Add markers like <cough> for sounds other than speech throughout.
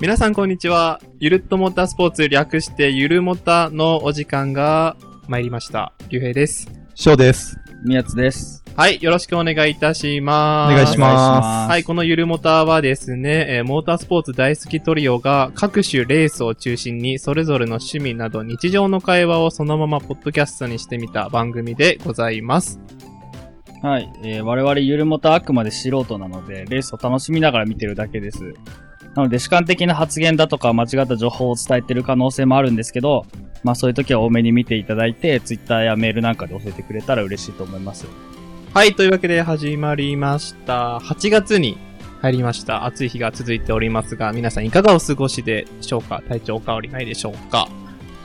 皆さんこんにちは。ゆるっとモータースポーツ略してゆるもたのお時間が参りました。竜兵です。翔です。宮津です。はい、よろしくお願いいたしまおす。願いしまますす。はい、このゆるもたはですね、えーモータースポーツ大好きトリオが各種レースを中心にそれぞれの趣味など日常の会話をそのままポッドキャストにしてみた番組でございます。はい。えー我々ゆるもたあくまで素人なので、レースを楽しみながら見てるだけです。なので、主観的な発言だとか間違った情報を伝えてる可能性もあるんですけど、まあそういう時は多めに見ていただいて、ツイッターやメールなんかで教えてくれたら嬉しいと思います。はい、というわけで始まりました。8月に入りました。暑い日が続いておりますが、皆さんいかがお過ごしでしょうか体調お変わりないでしょうか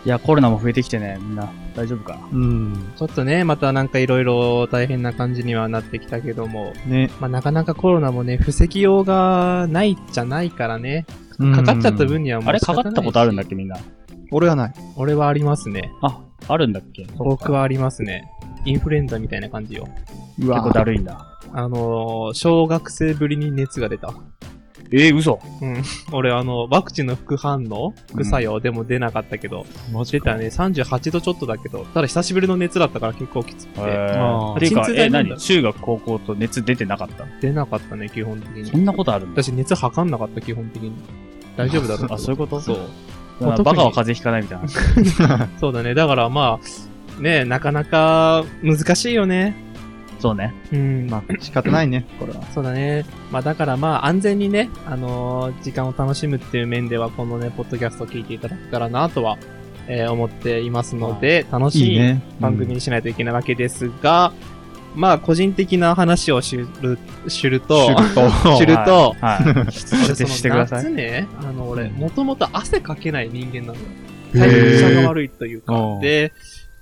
いや、コロナも増えてきてね、みんな、大丈夫かうん。ちょっとね、またなんかいろいろ大変な感じにはなってきたけども、ね。まあなかなかコロナもね、防ぎようがないじゃないからね、かかっちゃった分にはもうあれかかったことあるんだけっけ、みんな。俺はない。俺はありますね。あ、あるんだっけ僕はありますね。インフルエンザみたいな感じよ。う結構だるいんだ。あのー、小学生ぶりに熱が出た。えー、嘘うん。俺、あの、ワクチンの副反応副作用でも出なかったけど、マ出たね、38度ちょっとだけど、ただ久しぶりの熱だったから結構きつくて、へあーーていうか、鎮痛え剤なんだ何中学、高校と熱出てなかった出なかったね、基本的そんに。なことあるんだ。私、熱測んなかった、基本的に。大丈夫だろあ、そういうことそう。まあ特にバカは風邪ひかないみたいな。 <laughs> そうだね。だからまあ、ねなかなか難しいよね。そうね。うん、まあ、仕方ないね、これは。そうだね。まあだからまあ安全にね、あのー時間を楽しむっていう面では、このね、ポッドキャストを聞いていただけたらなとは、えー思っていますので、楽いしいいね。番組にしないといけないわけですが、まあ個人的な話を知る、知ると、と知るとはい。俺そしてのしてくださ夏い。ね、あの俺、うんもともと汗かけない人間なのよ。へー代謝が悪いというかう、んで、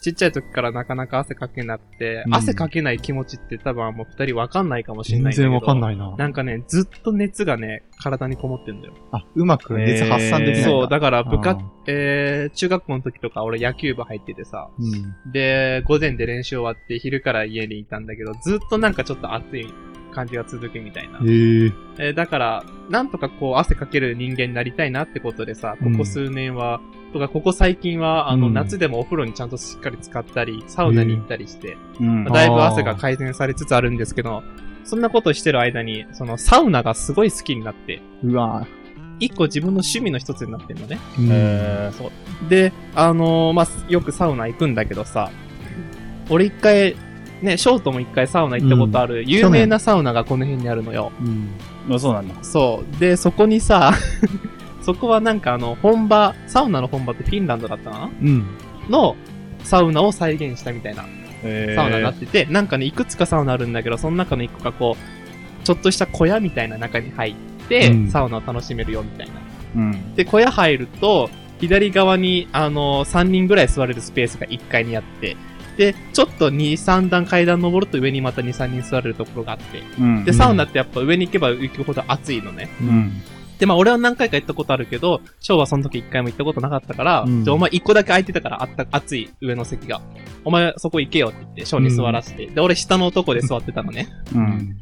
ちっちゃい時からなかなか汗かけなくて、うん汗かけない気持ちって多分もう二人わかんないかもしれ全ないんだけど。然わかんないな。なんかね、ずっと熱がね、体にこもってんだよ。あ、うまく熱発散できないん。そう、だから部活あー、えー、中学校の時とか俺野球部入っててさ、うん。で、午前で練習終わって昼から家にいたんだけど、ずっとなんかちょっと暑い感じが続くみたいな。へえ。えーだから、なんとかこう汗かける人間になりたいなってことでさ、ここ数年は、とかここ最近は、あの、うん夏でもお風呂にちゃんとしっかり使ったり、サウナに行ったりして、うんだいぶ汗が改善されつつあるんですけど、そんなことしてる間に、そのサウナがすごい好きになって、うわ一個自分の趣味の一つになってんのね。うんえそう。で、あのーまあ、よくサウナ行くんだけどさ、俺一回、ね、ショートも一回サウナ行ったことある、有名なサウナがこの辺にあるのよ。うん。ーそうなんだ。そう。で、そこにさ、 <laughs> そこはなんかあの、本場、サウナの本場ってフィンランドだったかなうん。の、サウナを再現したみたいなえサウナになってて、なんかね、いくつかサウナあるんだけど、その中の一個がこう、ちょっとした小屋みたいな中に入って、うんサウナを楽しめるよみたいな。うん。で、小屋入ると、左側に、あの3人ぐらい座れるスペースが1階にあって、で、ちょっと2、3段階段登ると上にまた2、3人座れるところがあって、うんで、サウナってやっぱ上に行けば行くほど暑いのね。うん。で、まあ俺は何回か行ったことあるけど、翔はその時一回も行ったことなかったから、うんじゃあお前一個だけ空いてたから、あった、暑い上の席が。お前そこ行けよって言って、翔に座らせて。で、俺下のとこで座ってたの <laughs> ね。う。うんん。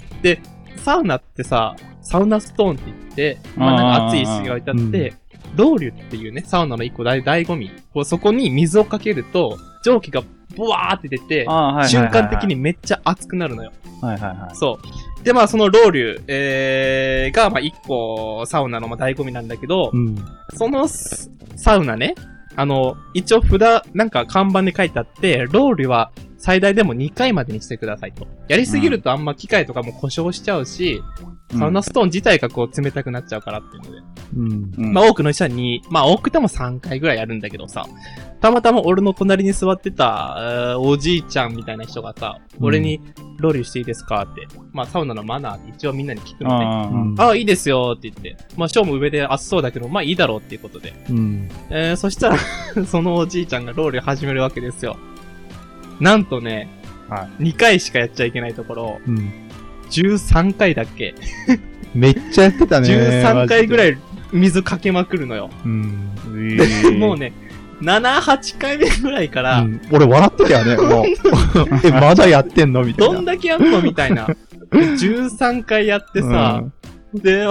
サウナってさ、サウナストーンって言って、まあなんか暑い椅子が置いてあって、ロウリュっていうね、サウナの一個大醍醐味。こうそこに水をかけると、蒸気がブワーって出てあ、あ、はい。瞬間的に。めっちゃ熱くなるのよ。はいはいはい。そう。で、まあそのロウリュ、えー、が、まあ一個サウナのまあ醍醐味なんだけど、うん。そのスサウナね、あの、一応札、なんか看板で書いてあって、ロールは最大でも2回までにしてくださいと。やりすぎるとあんま機械とかも故障しちゃうし、サウナストーン自体がこう冷たくなっちゃうからっていうので。うん。うん。まあ多くの人は2、まあ多くても3回ぐらいやるんだけどさ、たまたま俺の隣に座ってた、えーおじいちゃんみたいな人がさ、俺にロールしていいですかって、まあサウナのマナーって一応みんなに聞くのね。あうんああ、いいですよって言って。まあ、ショーも上で暑そうだけど、まあいいだろうっていうことで。うん。えー、そしたら、 <laughs> そのおじいちゃんがロウリュ始めるわけですよ。なんとね、は2回しかやっちゃいけないところ、うん。 13回だっけめっちゃやってたね。 ?13 回ぐい。らい水かけまくるのよ。うん。あ。もうね、7、8回目ぐらいから、うん俺笑ってたよね、 <laughs> もう。え、まだやってんのみたいな。どんだけやんのみたい <laughs> な。で13回やってさ、で、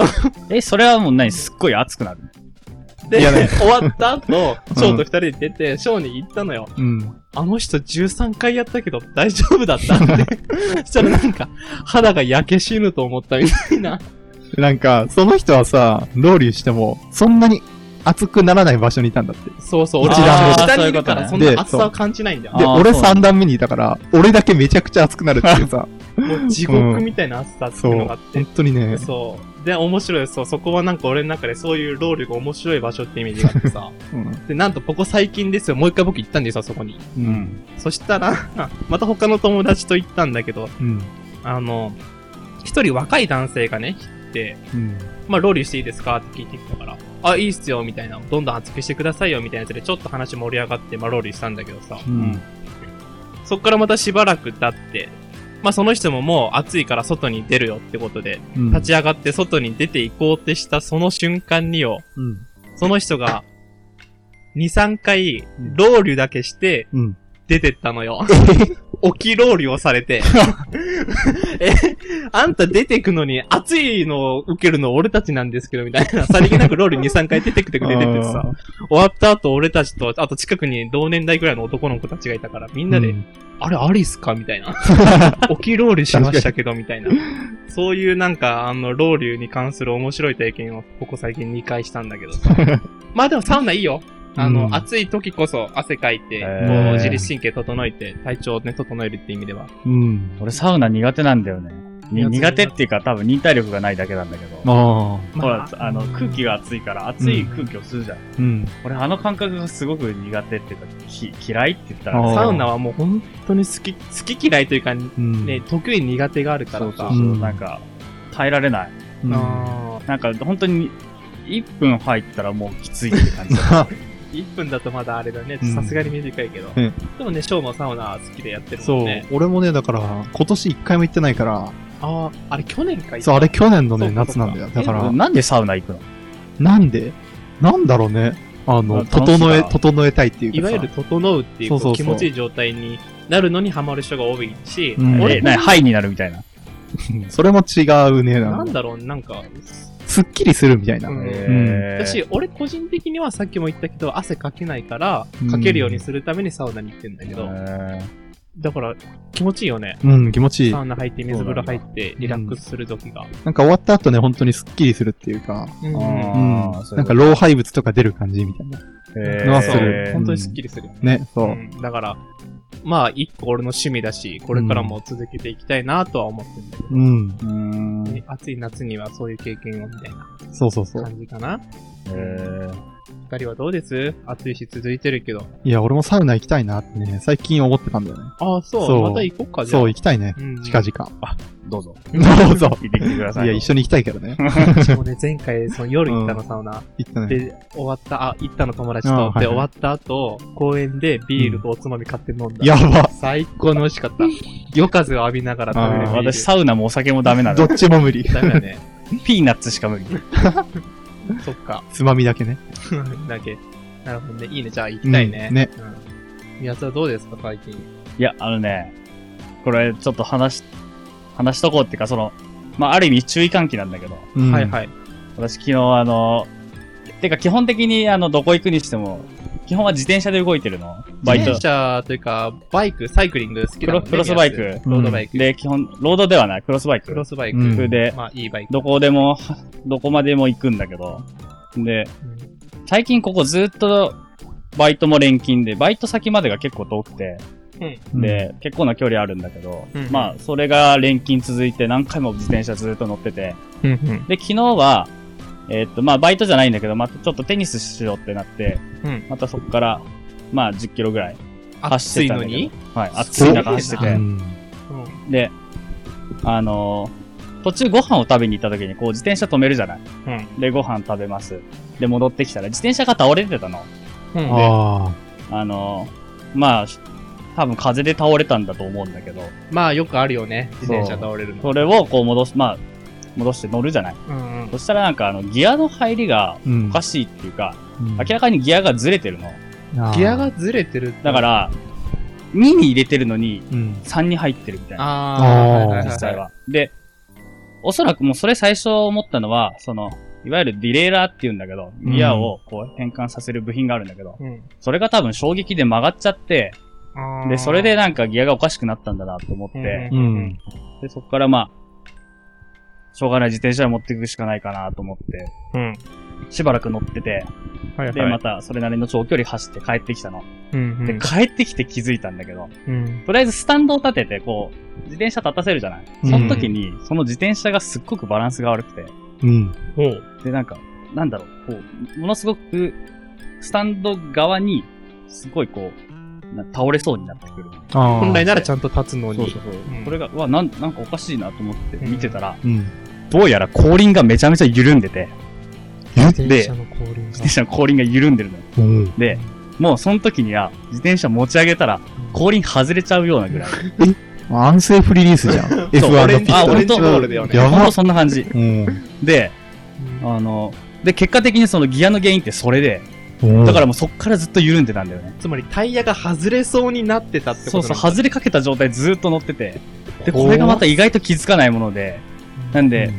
え、それはもう何すっごい熱くなる。で、いやね終わった後、翔と二人で出て、翔に言ったのよ。うん。あの人13回やったけど大丈夫だった <laughs> って。そしたらなんか、肌が焼け死ぬと思ったみたいな。なんか、その人はさ、ロウリュしても、そんなに熱くならない場所にいたんだって。そうそう、あー俺ら下にいるから、そそういうんことねな暑さを感じないんだよ。で、あー俺そうなん3段目にいたから、俺だけめちゃくちゃ熱くなるってい <laughs> うさ、もう地獄みたいな暑さっていうのがあって本。当にね、そう。で、面白い。そう、そこはなんか俺の中でそういうロールが面白い場所ってイメージがあってさ。うん。で、なんとここ最近ですよ。もう一回僕行ったんですよ、そこに。うん。そしたら、 <laughs> また他の友達と行ったんだけど、うん。あの、一人若い男性がね、来て、うん。まあ、ロールしていいですかって聞いてきたから、あ、いいっすよ、みたいな。どんどん熱くしてくださいよ、みたいなやつで、ちょっと話盛り上がって、まあ、ロールしたんだけどさ。うん。そっからまたしばらく経って、まあ、その人ももう暑いから外に出るよってことで、うん。立ち上がって外に出て行こうってしたその瞬間によ、うん。その人が、2、3回うん、ロウリュだけして、うん。出てったのよ。置きロウリュをされ <laughs> て。え、あんた出てくのに、暑いのを受けるの俺たちなんですけど、みたいな。さりげなくロウリュ2、3回出てくてくれててさあ。終わった後俺たちと、あと近くに同年代ぐらいの男の子たちがいたから、みんー、なで、うんあれ、ありっすかみた <laughs> いな。起きロールしましたけど、みたいな。そういうなんか、あの、ロウリュに関する面白い体験をここ最近2回したんだけ <laughs> どさ。まあでもサウナいいよ。あの、うん暑い時こそ汗かいて、へこーう、自律神経整えて、体調をね、整えるって意味では。うん。俺サウナ苦手なんだよね。にいや苦手っていうか多分忍耐力がないだけなんだけど。ああ。ほまらあ、あの、空気が熱いから、熱い空気を吸うじゃん。うん。俺、あの感覚がすごく苦手っていうか、き嫌いって言ったらあーさ、サウナはもう本当に好き、好き嫌いというか、うん。ね、得意苦手があるかそらうそさ。うそう、うんなんか、耐えられない。うん、あなんか、本当に、1分入ったらもうきついって感じ。ー1分だとまだあれだね。うんさすがに短いけど。うんでもね、ショーもサウナ好きでやってる <laughs> そもう、んね。俺もね、だから、今年一回も行ってないから、ああ、あれ去年かそう、あれ去年のそね、うか夏なんだよ。 <laughs> だから、なんでサウナ行くのなんで、なんだろうね。あまの、あ楽しさ整え、整えたいっていうかいわゆる、整うっていうこうそうそうそう気持ちいい状態になるのにハマる人が多いし、うんえ、俺なにハイになるみたいな。それも違うね、ななんんかだろう、なんか、すっきりするみたいな。うんへー私、俺個人的にはさっきも言ったけど、汗かけないからう、んかけるようにするためにサウナに行ってんだけへど、ーだから気持ちいいよね。うん、気持ちいいサ。ウナ入って、水風呂入って、んリラックスする時が。なんか終わった後ね、本当にすっきりするっていうか、うんうあーんそ。うないうんことか老廃物とか出る感じみたいな。へのはそうする本当にスッキリするよね。ね、そうう。んだから、まあ、一個俺の趣味だし、これからも続けていきたいなとは思ってんだけど、うん、うーん。へね暑い夏にはそういう経験をみたいなそうそうそう。感じかな。ー二人はどうです暑いし続いてるけど。いや、俺もサウナ行きたいなってね、最近思ってたんだよね。ああ、そう。そうまた行こっか、じゃあ。そう、行きたいね。うん。近々。どうぞ。 <laughs> どうぞ。行ってきてください。いや、一緒に行きたいけどね。 <laughs> 私もね、前回、その夜行ったの、うサウナ。行ったね。で、終わった、あ、行ったの友達あと。はで、いはい終わった後、公園でビールとおつまみ買って飲んだ。やば。最高に美味しかった。夜風を浴びながら食べるあービール。私、サウナもお酒もダメなどの。っちも無理。ダメだね。 <laughs> ピーナッツしか無理。そっか。 <laughs> つまみだけね。だけ。なるほどね。いいね。じゃあ行きたいね。うんねうん。宮田はどうですか、最近。いや、あのね、これちょっと話し、話しとこうっていうか、その、まあ、ある意味注意喚起なんだけど、はいはい。私昨日あの、てか基本的にあの、どこ行くにしても、基本は自転車で動いてるの。バイ自ト転。車というか、バイク、サイクリング好きクだロもんね。クロスバイク。ロードバイク。で、基本、ロードではない、クロスバイク。クロスバイうク。んクで、まあ、いいバイク。どこでも、どこまでも行くんだけど。で、うん最近ここずっと、バイトも連勤で、バイト先までが結構遠くて、うん、で、結構な距離あるんだけど、うんまあ、それが連勤続いて何回も自転車ずっと乗ってて、うんうん。で、昨日は、えーっと、まあ、バイトじゃないんだけど、またちょっとテニスしようってなって、うんまたそこから、まあ、10キロぐらい走暑っていたんのだけどに、はい、暑い中走っすごいてて、で、あのー途中ご飯を食べに行った時に、こう、自転車止めるじゃない。うん。で、ご飯食べます。で、戻ってきたら、自転車が倒れてたの。うん。ああのーまあ、多分風で倒れたんだと思うんだけど、まあよくあるよね。自転車そう倒れるの。それをこう戻す、まあ、戻して乗るじゃない。うんうんそしたらなんかあの、ギアの入りがあ、うんおかしいっていうか、うん明らかにギアがずれてるの。ギアが、ずれてる。だから、2に入れてるのにうん。 3に入ってるみたいな、あー、あーはいはいい実際。は。で、おそらくもうそれ最初思ったのは、その、いわゆるディレイラーっていうんだけど、うんギアをこう変換させる部品があるんだけど、うん。それが多分衝撃で曲がっちゃって、あーで、それで、なんかギアがおかしくなったんだなと思って、うんうん。で、そこからまあ、しょうがない自転車に持っていくしかないかなと思って、うん。しばらく乗ってて、はいはい。で、またそれなりの長距離走って帰ってきたの。うんで、帰ってきて気づいたんだけど、うん。うん。とりあえずスタンドを立てて、こう、自転車立たせるじゃないうんその時に、その自転車がすっごくバランスが悪くて、うん。おう。で、なんか、なんだろう、こう、ものすごく、スタンド側に、すごいこう、な倒れそうになってくる。あ本来ーならちゃんと立つのに。そうそうそう。んこれが、うわ、なん、なんかおかしいなと思って見てたら、うん。どうやら後輪がめちゃめちゃ緩んでて、自転で車、の後輪自転車の後輪が緩んでるのよ。うん。で、もうその時には、自転車持ち上げたら、後輪外れちゃうようなぐらい。安静フリリースじゃん。F1 <laughs> そうオレンのジピッあトオでレンジボールだよね。やばほんとそんな感じ。うん。で、うんあの、で、結果的にそのギアの原因ってそれで、うんだからもうそっからずっと緩んでたんだよね。つまりタイヤが外れそうになってたってそこうとそう、なんだ外れかけた状態ずっと乗ってて。で、ほうこれがまた意外と気づかないもので、なんで、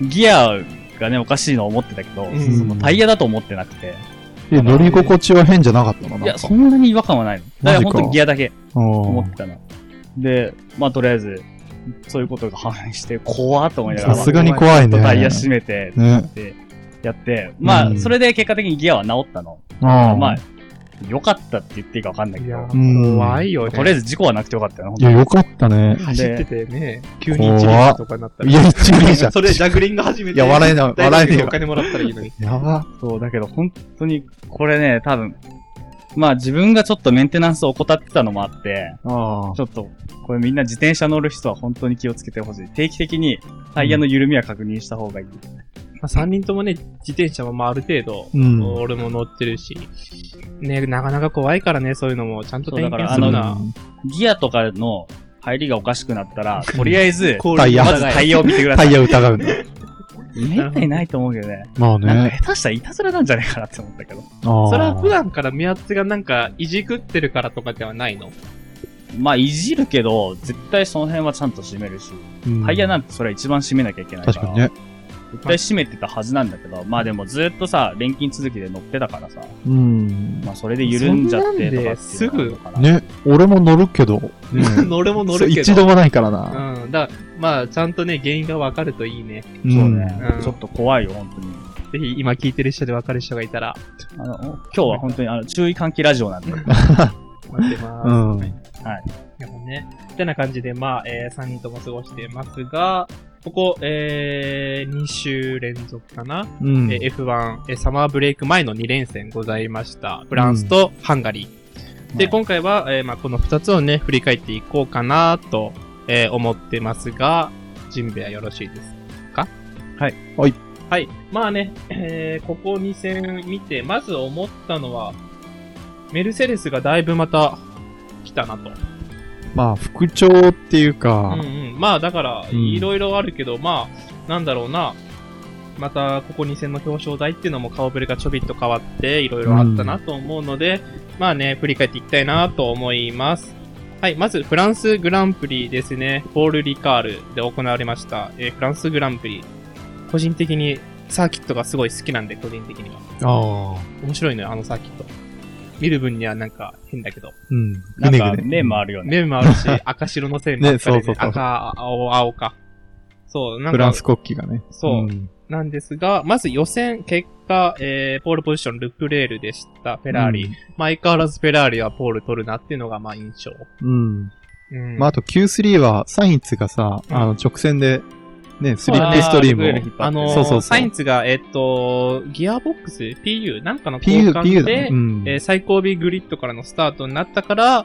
ギアがね、おかしいのを思ってたけど、うんそのタイヤだと思ってなくて、え乗り心地は変じゃなかったのいや、そんなに違和感はないの。だマからジか本当にギアだけう思んってたの。で、まあとりあえず、そういうことが判明して、怖っと思いながさら、すがに怖いね。タイヤ閉めて、ね。やって、まうあ、んそれで結果的にギアは治ったの。あまあ、良かったって言っていいかわかんないけいやど、うん怖いよね。とりあえず事故はなくてよかったよいや、ね、よかったね。走っててね、急に一輪とかになったら。いや、一輪車。それジャグリング始めて。いや、笑えない、大笑学でえねえおよ。金もらったらいいのに。やば。そう、だけど本当に、これね、多分、まあ自分がちょっとメンテナンスを怠ってたのもあって、あちょっと、これみんな自転車乗る人は本当に気をつけてほしい。定期的にタイヤの緩みは確認した方がいい。まあ、3人ともね、自転車はまあある程度、うん俺も乗ってるし、ね、なかなか怖いからね、そういうのも、ちゃんとそう点だから検するあな。ギアとかの入りがおかしくなったら、とりあ <laughs> えず、氷タイヤまずタイヤを見てくださタい。イヤ疑うんだ。 <laughs> めったにないと思うけどね。まあなんかね。下手したらいたずらなんじゃないかなって思ったけど。そそれは普段から宮津がなんか、いじくってるからとかではないのまあ、いじるけど、絶対その辺はちゃんと締めるし、タイヤなんてそれは一番締めなきゃいけないから。確かにね。絶対閉めてたはずなんだけど、まあでもずっとさ、錬金続きで乗ってたからさ、うん。まあそれで緩んじゃってとかっていうのがあるそんなんですぐから。ね、俺も乗るけど。 <laughs> うん乗るも乗そうるけど。一度もないからうな。ん。だから、まあ、ちゃんとね、原因がわかるといいね。うそうんね、うんちょっと怖いよ、本当に。ぜひ、今聞いてる人でわかる人がいたら、あの、今日は本当にあの、注意喚起ラジオなんで。待ってます。うはんい。なるほどね。てな感じで、まあ、え3人とも過ごしてますが、ここ、え2週連続かな、うんえー F1、えーサマーブレイク前の2連戦ございました。フランスとハンガリー。で、はい今回は、えーまあ、この2つをね、振り返っていこうかなと、えー思ってますが、準備はよろしいですかはい。はい。はい。まあね、えーここ2戦見て、まず思ったのは、メルセデスがだいぶまた来たなと。まあ、復調っていうかうん、うん、まあだから、うんいろいろあるけど、まあ、なんだろうな、またここ2戦の表彰台っていうのも顔ぶれがちょびっと変わって、いろいろあったなと思うので、まあね、振り返っていきたいなと思います。はい、まずフランスグランプリですね、ポール・リカールで行われました、えーフランスグランプリ。個人的にサーキットがすごい好きなんで、個人的には。ああ、面白いのよ、あのサーキット。見る分にはなんか変だけど。うん。なぐんねかぐね。面もあるよね。面もある <laughs> し、赤白の線もあったり、ねねそうそうそう赤、青、青か。そう、なんか、フランス国旗がね。そう、んなんですが、まず予選結果、えー、ポールポジション、ルプレールでした、フェラーリ。。まあ、相変わらずフェラーリはポール取るなっていうのが、まあ、印象。うん。うんまあ、あと Q3 は、サインツがさ、うんあの、直線で、ね、スそうリだッねプストリームあーを。あのーそうそうそうサインツが、えっと、ギアボックス ?PU? なんかの交 PU、PU 換だで、ね。うんえー最後尾グリッドからのスタートになったから、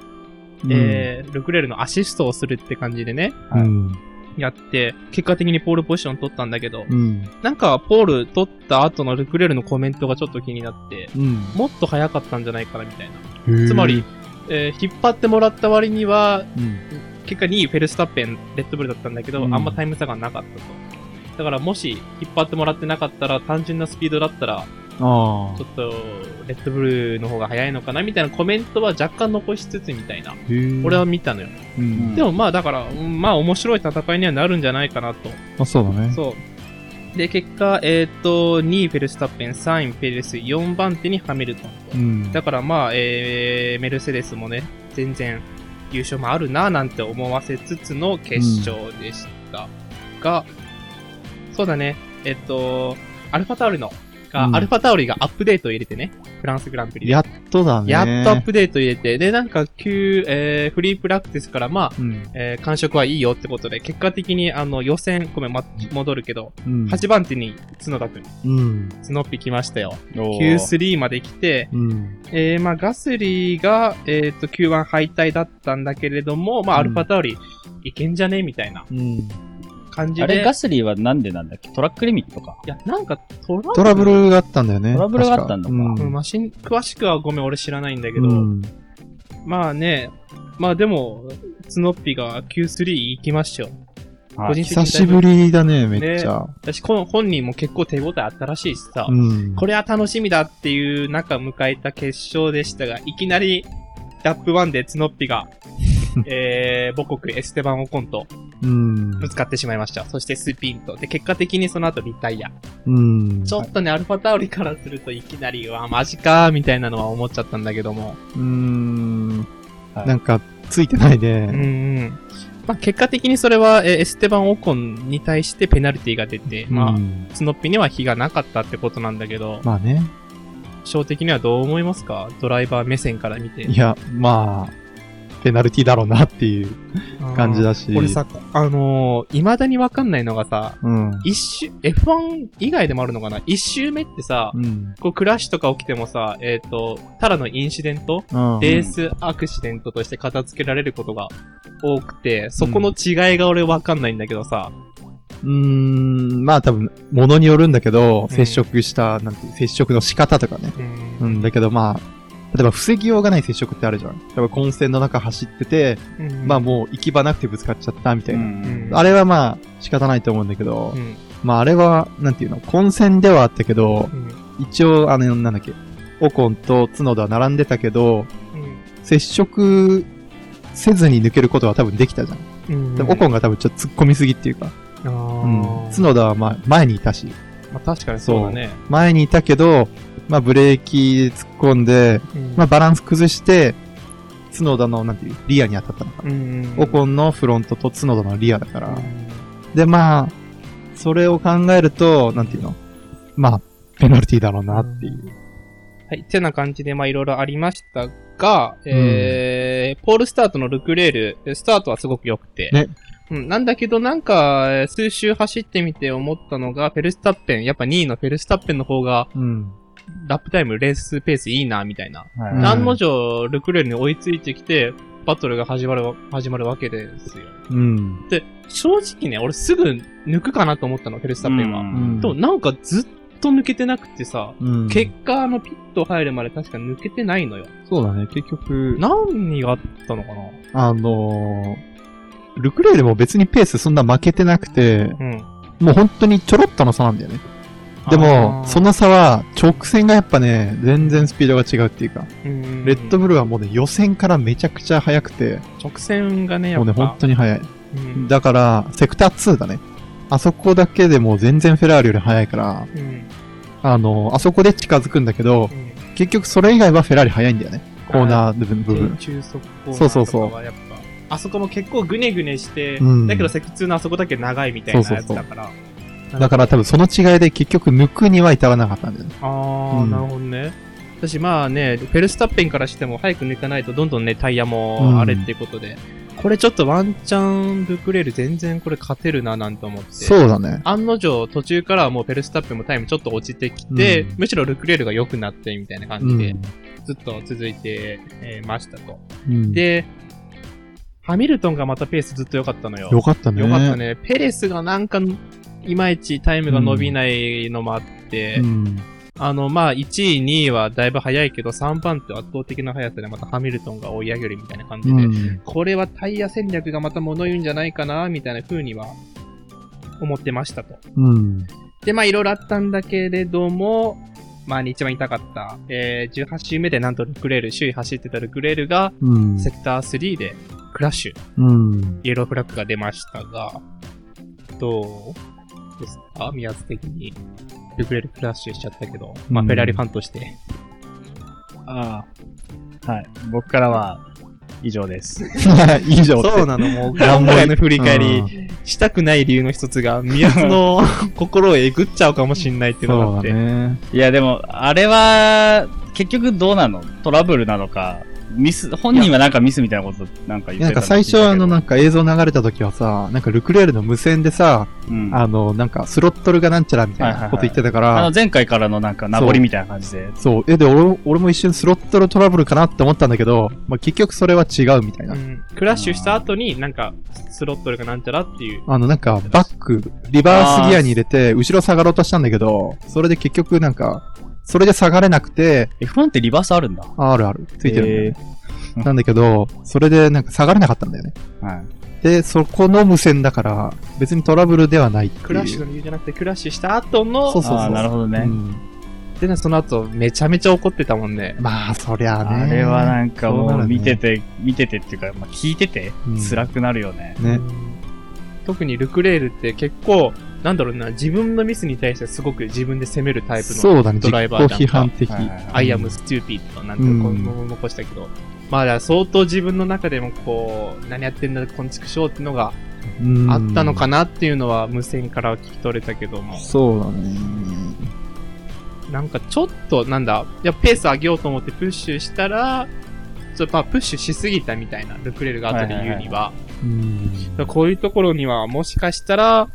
うんえー、ルクレールのアシストをするって感じでね、うん。やって、結果的にポールポジション取ったんだけど、うん。なんか、ポール取った後のルクレールのコメントがちょっと気になって、うん。もっと早かったんじゃないかなみたいな。へーつまり、、えー引っ張ってもらった割には、うん。結果2位フェルスタッペン、レッドブルだったんだけど、うんあんまタイム差がなかったと。だからもし、引っ張ってもらってなかったら、単純なスピードだったら、あちょっと、レッドブルの方が早いのかなみたいなコメントは若干残しつつみたいな。あ。へー俺は、見たのよ。うん。でもまあだから、うんまあ面白い戦いにはなるんじゃないかなと。あ、そうだね。そう。で、結果、えっ、と、2位フェルスタッペン、3位ペレス、4番手にハミルトン。うん。だからまあ、えー、メルセデスもね、全然優勝もあるなぁなんて思わせつつの決勝でしたが、そうだね、えっと、アルファタオリの、がうんアルファタオリがアップデートを入れてね、フランスグランプリで。やっとだね。やっとアッ。プデート入れて、で、なんか、旧、えー、フリープラクティスから、まあ、うん。えー、感触はいいよってことで、結果的に、あの、予選、ごめん、ま、戻るけど、うん。 8番手に角田くん、うん。角っぴ来ましたよ。おー9-3まで来て、うん。えー、まあ、ガスリーが、えっ、と、Q1 敗退だったんだけれども、まあ、うんアルファタオリ、いけんじゃねみたいなうん。感じで。あれ、ガスリーはなんでなんだっけトラックリミットか。いや、なんかトラブル、トラブルがあったんだよね。トラブルがあったの確かううんん。マシン、詳しくはごめん、俺知らないんだけど、うんまあね、まあでも、ツノッピが Q3 行きましたよ。はい個人的にだいぶ久しぶりだね、めっちゃ。私、この本人も結構手応えあったらしいしさ、うん。これは楽しみだっていう中迎えた決勝でしたが、いきなり、ダップ1でツノッピ <laughs> が、えー、母国エステバン・オコンと、うん。ぶつかってしまいました。そしてスピンと。で、結果的にその後リタイア。うん。ちょっとね、アルファタオリからするといきなり、うわ、マジかー、みたいなのは思っちゃったんだけども。うーん。はいなんか、ついてないうんね。うん。まあ、結果的にそれは、えーエステバン・オコンに対してペナルティが出て、まあ、うんスノッピには火がなかったってことなんだけど、まあね。小的にはどう思いますかドライバー目線から見てい。や、まあ、ペナルティだろうなっていう感じだし。これさ、あのー、未だにわかんないのがさ、うん。一周、F1 以外でもあるのかな一周目ってさ、うん。こうクラッシュとか起きてもさ、えっ、と、ただのインシデント、うん。レースアクシデントとして片付けられることが多くて、そこの違いが俺わかんないんだけどさ、うーん、まあ多分、ものによるんだけど、うん接触した、なんて、接触の仕方とかね。うんうん、だけどまあ、例えば防ぎようがない接触ってあるじゃん。例えば混戦の中走ってて、まあもう行き場なくてぶつかっちゃったみたういな。んあれはまあ仕方ないと思うんだけど、うんまああれは、なんていうの、混戦ではあったけど、うん一応、あの、なんだっけ、オコンと角田は並んでたけど、接触せずに抜けることは多分できたじゃん。うんでもオコンが多分ちょっと突っ込みすぎっていうか、あうーん、角田はまあ前にいたし、まあ確かにそうだね。前にいたけど、まあブレーキ突っ込んで、まあバランス崩して、角田の、なんていう、リアに当たったのか。うんオコンのフロントと角田のリアだからう。で、まあ、それを考えると、なんていうのまあ、ペナルティーだろうなっていう。はい、ってな感じで、まあいろいろありましたが、えー、ポールスタートのルクレール、スタートはすごく良くて。ねうん、なんだけど、なんか、えー数周走ってみて思ったのが、フェルスタッペン、やっぱ2位のフェルスタッペンの方が、うん。ラップタイム、レースペースいいな、みたいな。はうんい案の定、ルクレールに追いついてきて、バトルが始まる、始まるわけですよ。うん。で、正直ね、俺すぐ抜くかなと思ったの、フェルスタッペンは。んでも、なんかずっと抜けてなくてさ、うん。結果、あの、ピット入るまで確か抜けてないのよ。そうだね。結局、何があったのかなあのー、ルクレールも別にペースそんな負けてなくて、うん。もう本当にちょろっとの差なんだよね。でも、その、の差は直線がやっぱね、全然スピードが違うっていうか、レッドブブルはもうね、予選からめちゃくちゃ速くて、直線がね、やもうっね、ぱ。本当に速い。うんだから、セクター2だね。あそこだけでもう全然フェラーリより速いから、うんあの、あそこで近づくんだけど、う結局それ以外はフェラーリ速いんだよね。コーナー部分。部ん。分中速コーナーとかはそうそうそうやっぱあそこも結構グネグネして、うんだけど、普通のあそこだけ長いみたいなそうやつそうそうだから。だから多分その違いで結局抜くには至らなかったんだよね。あー、うんなるほどね。私、まあね、フェルスタッペンからしても早く抜かないとどんどんね、タイヤうんもあれっていうことで、これちょっとワンチャンルクレール全然これ勝てるななんて思って。そうだね。案の定、途中からはもうフェルスタッペンもタイムちょっと落ちてきて、うんむしろルクレールが良くなってみたいなう感じでん、。ずっと続いて、えーましたと。うん、で、ハミルトンがまたペースずっと良かったのよ。よかったね。良かった。ね。ペレスがなんか、いまいちタイムが伸びないのもあって、うん。あの、まあ、1位、2位はだいぶ早いけど、3番手は圧倒的な速さでまたハミルトンが追い上げるみたいな感じうで、ん。これはタイヤ戦略がまた物言うんじゃないかな、みたいな風には思ってましたと。うん。で、まあ、いろいろあったんだけれども、まあ、一番痛かった、えー、18周目でなんとルクレール、周囲走ってたルクレールが、うん。セクター3でクラッシュ、うん。イエローフラッグが出ましたが、どうですか宮津的に。ルクレールクラッシュしちゃったけど。まあ、うんフェラーリファンとして。ああ。はい。僕からは、以上です。 <laughs> 以上ってそうなの、もう、乱今暴回の振り返うんり、したくない理由の一つが、宮津 <laughs> の心をえぐっちゃうかもしんないっていうのがあそっうて。だね。いや、でも、あれは、結局どうなのトラブルなのか、ミス、本人はなんかミスみたいなことなんか言ってたのなんか最初あのなんか、か映像流れた時はさ、なんかルクレールの無線でさ、うん、ああの、なんかスロットルがなんちゃらみたいなこと言ってたから、の前回からのなんか名残みたいな感じで。そう。え、で、俺俺も一瞬スロットルトラブルかなって思ったんだけど、まあ、結局それは違うみたいな。うんクラッシュした後に、なんか、スロットルがなんちゃらっていう。あの、なんか、バック、リバースギアに入れて、後ろ下がろうとしたんだけど、それで結局なんか、それで下がれなくて、 F1 ってリバースあるんだ。ああるある、ついてるんだよね。へーなんだけど、それでなんか下がれなかったんだよね。はい。で、そこの無線だから、別にトラブルではないっていう。クラッシュの理由じゃなくて、クラッシュした後の、そうそうそうああ、なるほどね。うんでね、その後、めちゃめちゃ怒ってたもんね。まあ、そりゃあね。あれはなんかそうもなうるね見てて、見ててっていうか、まあ、聞いててうん辛くなるよね。ね。特にルクレールって結構、なんだろうな、自分のミスに対してすごく自分で責めるタイプその、うだね、ド実ライバ行ーじゃんか批判的。はいはいはいアイアムスチューピーとかなんていうのうんも残したけど、まあだから相当自分の中でもこう、何やってんだ、こんちくしょうってのがうんあったのかなっていうのは無線からは聞き取れたけども、そうだね。なんかちょっとなんだ、いや、ペース上げようと思ってプッシュしたら、ちょっとまあプッシュしすぎたみたいな、ルクレールが後で言うには、うん。だからこういうところには、もしかしたら、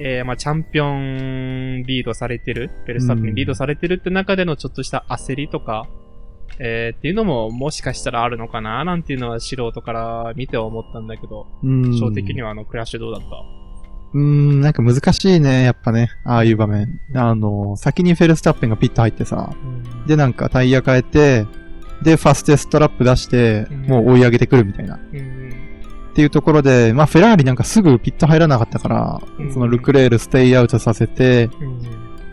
えー、まあ、チャンピオンリードされてる、ベルスタップにリードされてるって中でのちょっとした焦りとか、えー、っていうのももしかしたらあるのかななんていうのは素人から見て思ったんだけど、うん小的にはあのクラッシュどうだったうーん、なんか難しいね、やっぱね。ああいう場面。あの、先にフェルスタッペンがピット入ってさ、で、なんかタイヤ変えて、で、ファステストラップ出して、うんもう追い上げてくるみたいな。っうん。ていうところで、まあ、フェラーリなんかすぐピット入らなかったからうん、そのルクレールステイアウトさせて、うん。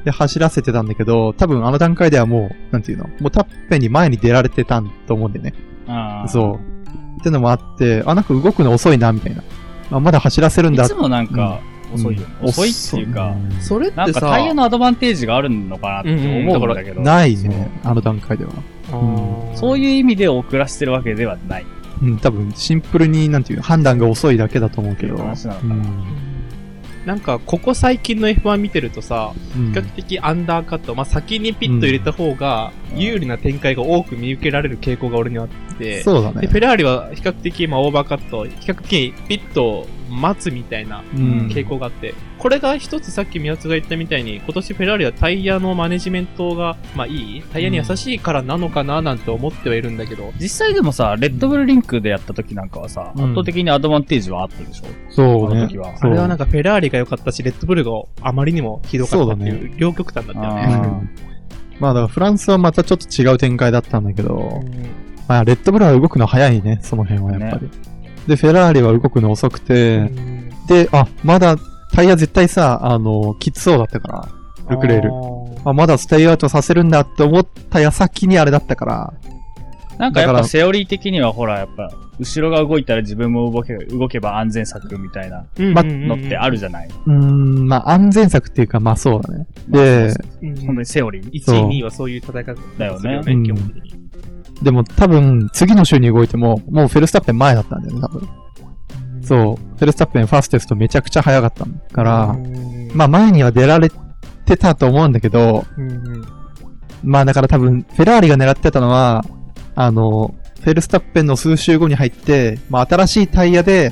で、走らせてたんだけど、多分あの段階ではもう、なんていうのもうタッペンに前に出られてたんと思うんだよね。ああ。そう。ってのもあって、あ、なんか動くの遅いな、みたいな。あ、まだ走らせるんだいつ。もなんか遅いよね。うん遅いっていうか、遅それってさ、なんかタイヤのアドバンテージがあるのかなって思うんだけど、ないね、あの段階では。うんそういう意味で遅らせてるわけではないっうん、多分シンプルに、なんていうの判断が遅いだけだと思うてけいうど。話なのうかな。ん。なんか、ここ最近の F1 見てるとさ、うん比較的アンダーカット、まあ、先にピット入れた方が、うん有利な展開が多く見受けられる傾向が俺にはあって、そうだで、ねフ。ェラーリは比較的、まあ、オーバーカット、比較的ピットを待つみたいなうん傾向があって、これが一つさっき宮津が言ったみたいに、今年フェラーリはタイヤのマネジメントが、まあいいタイヤに優しいからなのかななんて思ってはいるんだけど、実際でもさ、レッドブルリンクでやった時なんかはさ、うん圧倒的にアドバンテージはあったでしょ、そうあのね時。はあそうれはなんかフェラーリが良かったし、レッドブルがあまりにもひどかったってそいう、両極端だったようね。んまあだからフランスはまたちょっと違う展開だったんだけど、うんまあレッドブルは動くの早いね、その辺はやっぱり。で、フェラーリは動くの遅くて、で、あ、まだタイヤ絶対さ、あの、きつそうだったから、ルクレール。あ、まだステイアウトさせるんだって思った矢先にあれだったから、なんかやっだかぱらセオリー的にはほら、やっぱ、後ろが動いたら自分も動け動けば安全策みたいなまのってあるじゃない、うーん、まあ安全策っていうか、まあそうだね。で、ゃん。うん本当にセオリー。 1位、2位はそういう戦い方だよねするうん基本的に。でも多分、次の週に動いても、もうフェルスタッペン前だったんだよね、多分。そう。フェルスタッペンファステストめちゃくちゃ早かったから、まあ前には出られてたと思うんだけど、まあだから多分、フェラーリが狙ってたのは、あの、フェルスタッペンの数週後に入って、まあ新しいタイヤで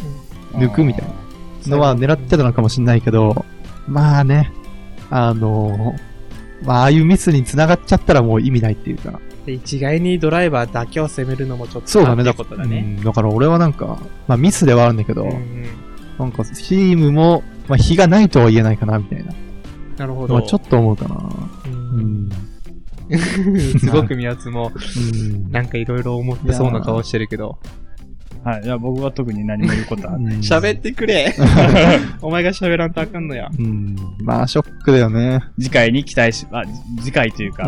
抜くみたいなのは狙ってたのかもしれないけど、まあね、あの、まあああいうミスに繋がっちゃったらもう意味ないっていうか、で一概にドライバーだけを責めるのもちょっとそうだね、なだってことだね。うんだから俺はなんか、まあミスではあるんだけど、うんうんなんかチームも、まあ、日がないとは言えないかな、みたいな。なるほまど。あ、ちょっと思うかな。ううんん。 <laughs> すごく宮津も、うんなんかいろいろ思ってそうな顔してるけど。はい。じゃあ僕は特に何も言うこ <laughs> とはない。喋ってくれお前が喋らんとあかんのや。うん。まあ、ショックだよね。次回に期待し、あ、次回とい <laughs> うか、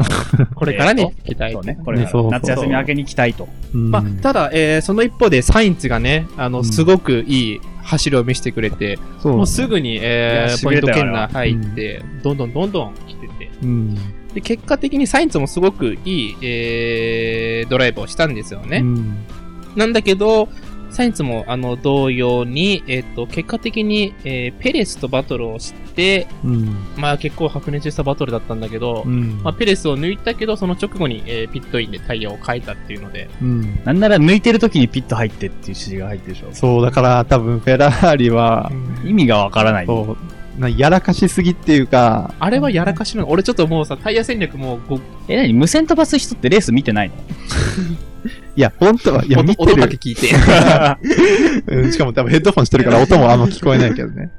これからえねー、期待そう。ね、これねそうかそらう夏休み明けに期待と。うんまあ、ただ、えーその一方で、サインツがね、あの、うんすごくいい走りを見せてくれて、そう。もうすぐに、えいやー、ポイント痺れたよ圏内入って、どんどんどんどん来てて。うん。で、結果的にサインツもすごくいい、えー、ドライブをしたんですよね。うん。なんだけど、サインツもあの同様に、えっ、と、結果的に、えーペレスとバトルをして、うん。まあ結構白熱したバトルだったんだけど、うん。まあペレスを抜いたけど、その直後に、えーピットインでタイヤを変えたっていうので、うん。なんなら抜いてる時にピット入ってっていう指示が入ってるでしょ。そう、だから多分フェラーリは、意味がわからない。そう、なやらかしすぎっていうか、あれはやらかしなの。俺ちょっともうさ、タイヤ戦略もうご、え、なに無線飛ばす人ってレース見てないのいや、本当は、いや、音見て音だける。聞いて。うんしかも多分ヘッドホンしてる <laughs> から音もあんま聞こえないけどね。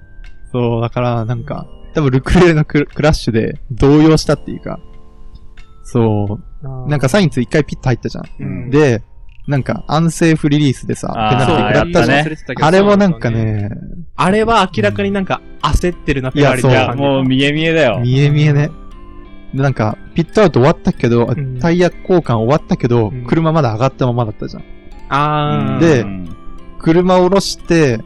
そう、だからなんか、多分ルクレールのククラッシュで動揺したっていうか、 <laughs> そう、なんかサインツ一回ピッと入ったじゃん。うんで、なんかアンセーフリリースでさ、あーペナルテそィう、食らったじゃん。忘れてたけどあれはなんか、ね、あれは明らかになんか焦ってるな、フェラーリそのういいや、もう見え見えだよ。見え見えね。で、なんか、ピットアウト終わったけど、あんタイヤ交換終わったけど、うん車まだ上がったままだったじゃん。あー。でうん車を下ろして、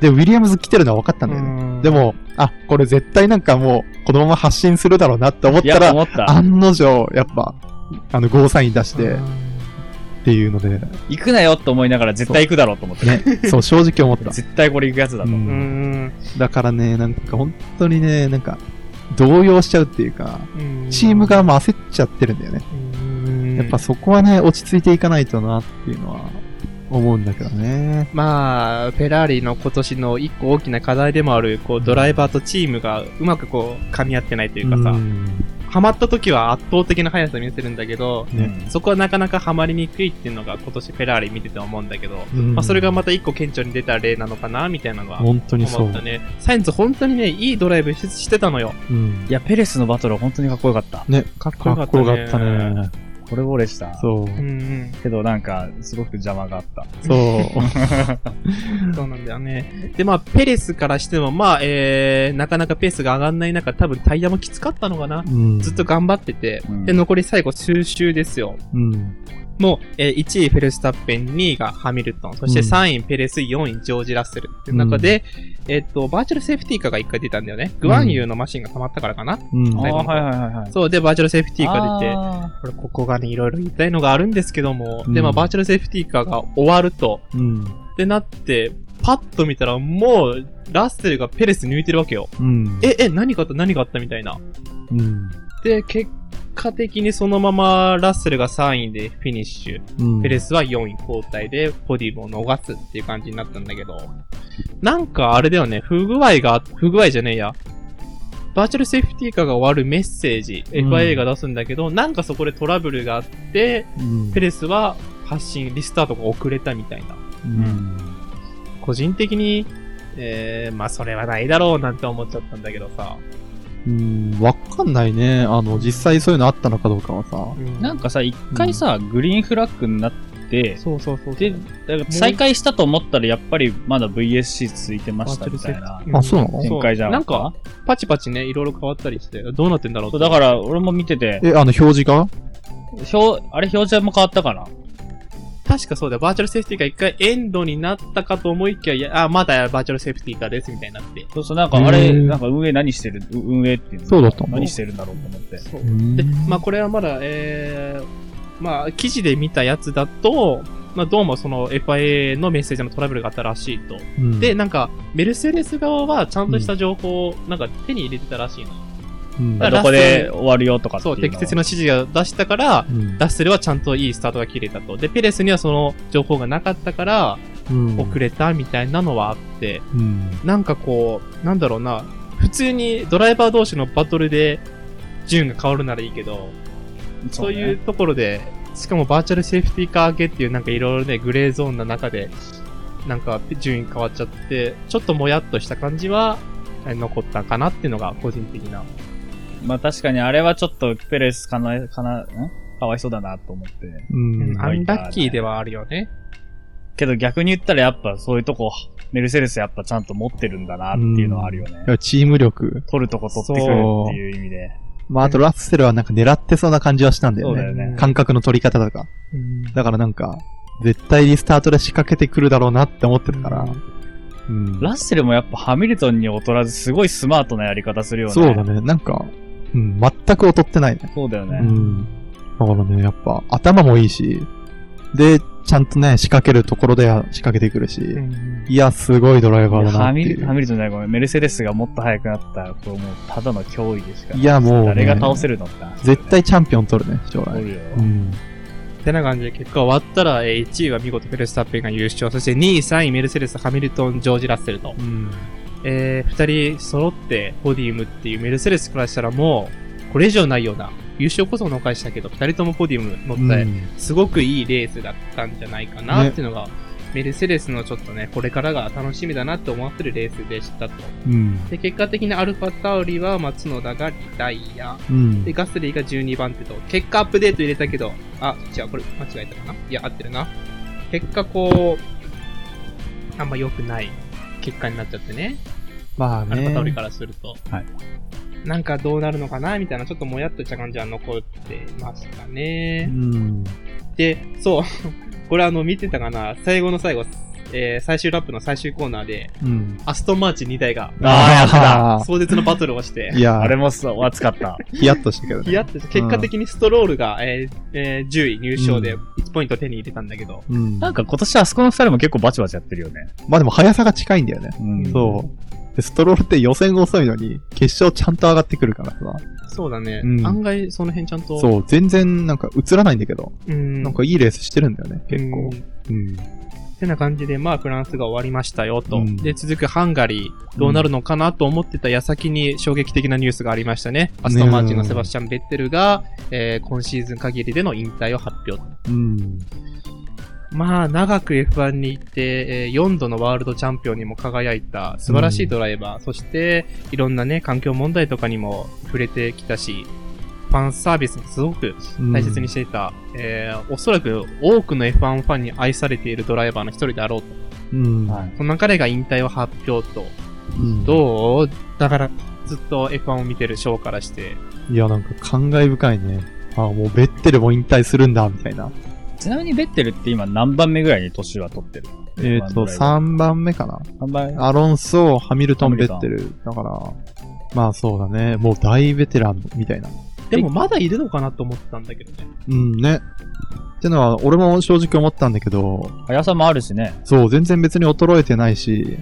で、ウィリアムズ来てるのは分かったんだよね。でも、も、あ、これ絶対なんかもう、このまま発信するだろうなって思っいたや、ら、思った。案の定、やっぱ、あの、ゴーサイン出して、っていうので、行くなよって思いながら絶対行くだろうと思って。ね、 <laughs> そう、正直思った。絶対これ行くやつだう、と。うんん。だからね、なんか本当にね、なんか、動揺しちゃうっていうか、うんチーム、側も焦っちゃってるんだよね。うんやっぱそこはね、落ち着いていかないとなっていうのは思うんだけどね。まあ、フェラーリの今年の一個大きな課題でもある、こう、ドライバーとチームがうまくこう、噛み合ってないというかさ、うんハマった時は圧倒的な速さ見せるんだけど、ねそこはなかなかハマりにくいっていうのが今年フェラーリ見てて思うんだけど、うんまあそれがまた一個顕著に出た例なのかな、みたいなのが。本当にそ思うった。ね。サインズ本当にね、いいドライブししてたのよ。うんいや、ペレスのバトルは本当にかっこよかった。ね、かっこかよかっったこね。よかった。ね。これ俺した。そう。うんけどなんか、すごく邪魔があった。 <laughs> そう。うん。そうなんだよね。で、まあ、ペレスからしても、まあ、えー、なかなかペースが上がんない中、多分タイヤもきつかったのかな。うんずっと、頑張っててう。んで、残り最後、収集ですよ。うん。もう、えー1位フェルスタッペン、2位がハミルトン、そしてうん3位ペレス、4位ジョージ・ラッセルっていう中で、えっ、と、バーチャルセーフティーカーが1回出たんだよね。グワンユーのマシンが溜まったからかな。うん。あーはいはいはいはい。そう、で、バーチャルセーフティーカー出て、て。これここがね、いろいろ言いたいのがあるんですけども、うんで、まあ、バーチャルセーフティーカーが終わると、うん。ってなって、パッと見たら、もう、ラッセルがペレス抜いてるわけよ。うん。え、え、何があった何があったみたいな。うん。で、結果的にそのままラッセルが3位でフィニッシュ。うん。ペレス。スは4位交代で、ポディムを逃すっていう感じになったんだけど、なんかあれだよね、不具合が、不具合じゃねえや。バーチャルセーフティーカーが終わるメッセージ、うん FIA が出すんだけど、なんかそこでトラブルがあって、ペレレスは発信、リスタートが遅れたみたいな。うん。個人的に、えー、まあそれはないだろうなんて思っちゃったんだけどさ。うん。わかんないね。あの、実際そういうのあったのかどうかはさ。なんかさ、一回さ、グリーンフラッグになって、そうそうそう。で、だから再開したと思ったら、やっぱりまだ VSC 続いてまバしーたチャみルセたーいフテなィー。あそうなの展開じゃん。なんか、パチパチね、いろいろ変わったりして、どうなってんだろうっそてう、だから俺も見てて、え、あの、表示が表、あれ表示も変わったかな確かそうだよ、バーチャルセーフティーが一回エンドになったかと思いきや、いやあ、まだバーチャルセーフティーカーですみたいになって。そうそう、なんかあれ、へーなんか運営何してる、う運営っていうのそうだったの何してるんだろうと思って。そうで、でまあこれはまだ、えー、まあ記事で見たやつだと、まあどうもその FIA のメッセージでもトラブルがあったらしいと。うんで、、なんか、メルセデス側はちゃんとした情報をなんか手に入れてたらしいの。うんだからどこで終わるよとかっていそうう、適切なな。指示が出したから、うんラッセルはちゃんといいスタートが切れたと。で、ペレスにはその情報がなかったから、うん遅れたみたいなのはあって、うん。なんかこう、なんだろうな、普通にドライバー同士のバトルで順が変わるならいいけど、そうねいう。ところで、しかもバーチャルセーフティーカー明けっていうなんかいろいろね、グレーゾーンの中で、なんか順位変わっちゃって、ちょっともやっとした感じはえ残ったかなっていうのが個人的な。まあ確かにあれはちょっとペレスかな、かな、んかわいそうだなと思って。うん。アンラッキーではあるよね。けど逆に言ったらやっぱそういうとこ、メルセデスやっぱちゃんと持ってるんだなっていうのはあるよね。いやチーム力。取るとこ取ってくるっていう意味で。まあ、あとラッセルはなんか狙ってそうな感じはしたんだそようだね。よね。感覚の取り方とか。だからなんか、絶対にスタートで仕掛けてくるだろうなって思ってるから、うんラッセルもやっぱハミルトンに劣らずすごいスマートなやり方するよね。そうだね。なんか、うん、全く劣ってないね。そうだよね。うん。だからね、やっぱ頭もいいし、で、ちゃんとね、仕掛けるところでは仕掛けてくるし、いや、すごいドライバーだなハってミいルハう。ミルトンじゃないごめん、メルセデスがもっと速くなったら、これもうただの脅威でしかいや、もう、ね誰が、倒せるのって話だよね絶対チャンピオン取るね、将お来。るよ。うん。てな感じで結果終わったら、えー1位は見事フェルスタッペンが優勝、そして2位、3位、メルセデス、ハミルトン、ジョージ・ラッセルと。うん。えー、2人揃ってポディウムっていうメルセデスからしたらもう、これ以上ないような、優勝こそ逃したけど、2人ともポディウム乗った、すごくいいレースだったんじゃないかなねっていうのが、メルセデスのちょっとね、これからが楽しみだなって思わせるレースでしたと。うん。で、結果的にアルファタオリは、まあ、角田がリタイア。うんで、。ガスリーが12番手と、結果アップデート入れたけど、あ、違う、これ間違えたかないや、合ってるな。結果こう、あんま良くない結果になっちゃってね。まあアルファタオリねか。らすると。はいなんかどうなるのかなみたいな、ちょっともやっとした感じは残ってましたうね。ん。で、そう。 <laughs> これあの、見てたかな最後の最後、えー最終ラップの最終コーナーで、うん。アストンマーチ2台が、あ壮絶なバトルをしてあ、 <laughs> いや、あれもそう、熱かった。ヒヤッとしたけどヒね。ヤッとして結果的にストロールが、えーえー10位入賞でう1ポイント手に入れたんだけど、うん。なんか今年あそこの二人も結構バチバチやってるよね。まあでも速さが近いんだよね。うんそう。で、ストロールって予選遅いのに、決勝ちゃんと上がってくるからさ。そうだね、うん案外その辺ちゃんと、そう、全然なんか映らないんだけど、うんなんかいいレースしてるんだよね、結うん構。うん。てな感じで、まあ、フランスが終わりましたよと。うんで、続くハンガリー、どうなるのかなと思ってた矢先に衝撃的なニュースがありましたね。アストンマーチンのセバスチャン・ベッテルが、えー今シーズン限りでの引退を発表。うん。まあ、長く F1 に行って、えー4度のワールドチャンピオンにも輝いた素晴らしいドライバー、そして、いろんなね、環境問題とかにも触れてきたし、ファンサービスもすごく大切にしていた、えーおそらく多くの F1 ファンに愛されているドライバーの一人であろうと。うん。はい。その彼が引退を発表と。うんどうだから、ずっと F1 を見てる賞からして。いや、なんか感慨深いね。ああ、もうベッテルも引退するんだ、みたいな。ちなみにベッテルって今何番目ぐらいに年は取ってるえっ、と、3番目かな。 3番アロンソ、ハミルトン、ハベミルトッンテル。だから、まあそうだね。もう大ベテランみたいな。でもまだいるのかなと思ってたんだけどね。うんね。ってのは、俺も正直思ったんだけど、速さもあるしね。そう、全然別に衰えてないし、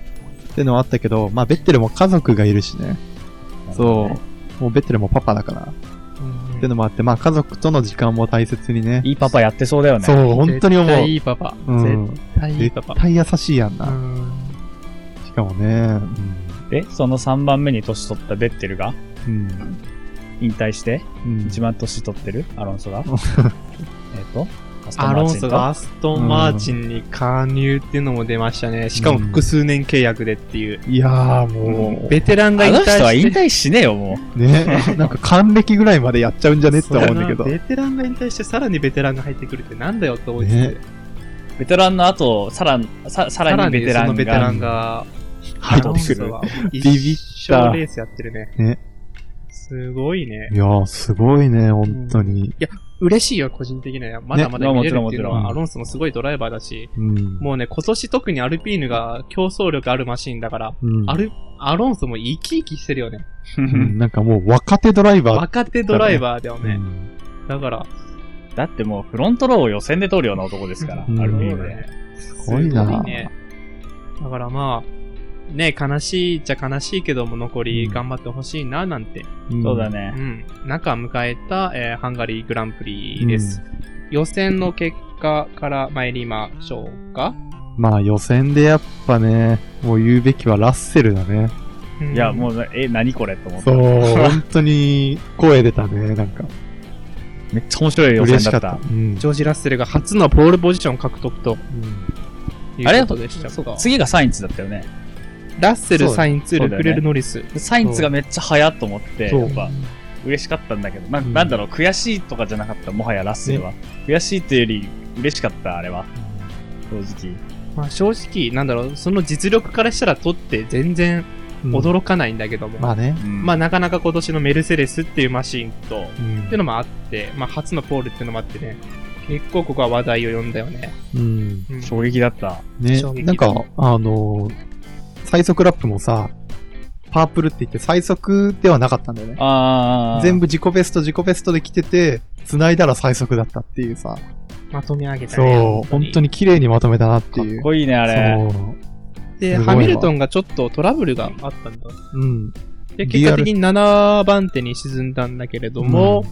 ってのはあったけど、まあベッテルも家族がいるしね。そう。もうベッテルもパパだから。ってのもあって、まあ家族との時間も大切にね。いいパパやってそうだよね。そう、本当に絶思対う。いいパパ。うん。絶対いいパ絶パ。対優しいやんうな。んしかもね、え、その3番目に年取ったベッテルがうん。引退して、うん。一番年取ってるアロンソが。えっと、アストアンマローンチンとソがアストンマーチンに加入っていうのも出ましたね。しかも複数年契約でっていう。いやーもベテランがあ引の退人は引して。退しねえよ、もう、ね、 <laughs> なんか還暦ぐらいまでやっちゃうんじゃねって思うんだけど。ベテランが引退して、さらにベテランが入ってくるってなんだよって思いつつ、ねう。ベテランの後、さらに、さささららにベにテそラのンベテラがンが入ってくる。アロンソはビビ一た生レースやってるね。ねすごいね。いやー、すごいね、本当に。嬉しいよ、個人的には。まだまだ見れるっていうのねもちろんは、もちろんアロンソもすごいドライバーだし、うん。もうね、今年特にアルピーヌが競争力あるマシンだから、うんアル、アロンソも生き生きしてるよね。うんなんかもう若手ドライバ若手ドライバーだよー。うね。んだから、 <laughs> だってもうフロントローを予選で通るような男ですから、うんアルピそーうヌだで。ねすごいなすね。だからまあ、ね、悲しいっちゃ悲しいけども、残り頑張ってほしいな、なんて。そうだ。うね。ん。中迎えた、えーハンガリーグランプリです。予選の結果から参りましょうか。まあ予選でやっぱね、もう言うべきはラッセルだね。うんいや、もう、え、何これと思ってそう、。本当に声出たね、なんか。めっちゃ面白い予嬉選しだかっったた。。うんジョージ・ラッセルが初のポールポジション獲得ということでしたか。次がサインツだったよね。ラッセル、そうサインツ、そうルだクよレねル・ノリス。サインツがめっちゃ早っと思って、そうやっぱ嬉しかったんだけど、なうんなんだろう、悔しいとかじゃなかった、もはやラッセルは。悔しいというより嬉しかった、あれは。正直。まあ正直、なんだろう、その実力からしたら取って全然驚かないんだけども。まあね。うんまあ、なかなか今年のメルセデスっていうマシンと、っうんていうのもあって、まあ初のポールっていうのもあってね、結構ここは話題を呼んだよね。うん。うん衝撃だった。ね衝撃、なんか、あのー最速ラップもさ、パープルって言って最速ではなかったんだよね。ああ。全部部。自己ベスト、自己ベストで来てて、繋いだら最速だったっていうさ。まとめ上げたね。そう、本当に綺麗にまとめたなってかっいう。こいいね、あれ。そう。で、すごいハわミルトンがちょっとトラブルがあったんだ。うん。で、リアル結果的に7番手に沈んだんだけれども、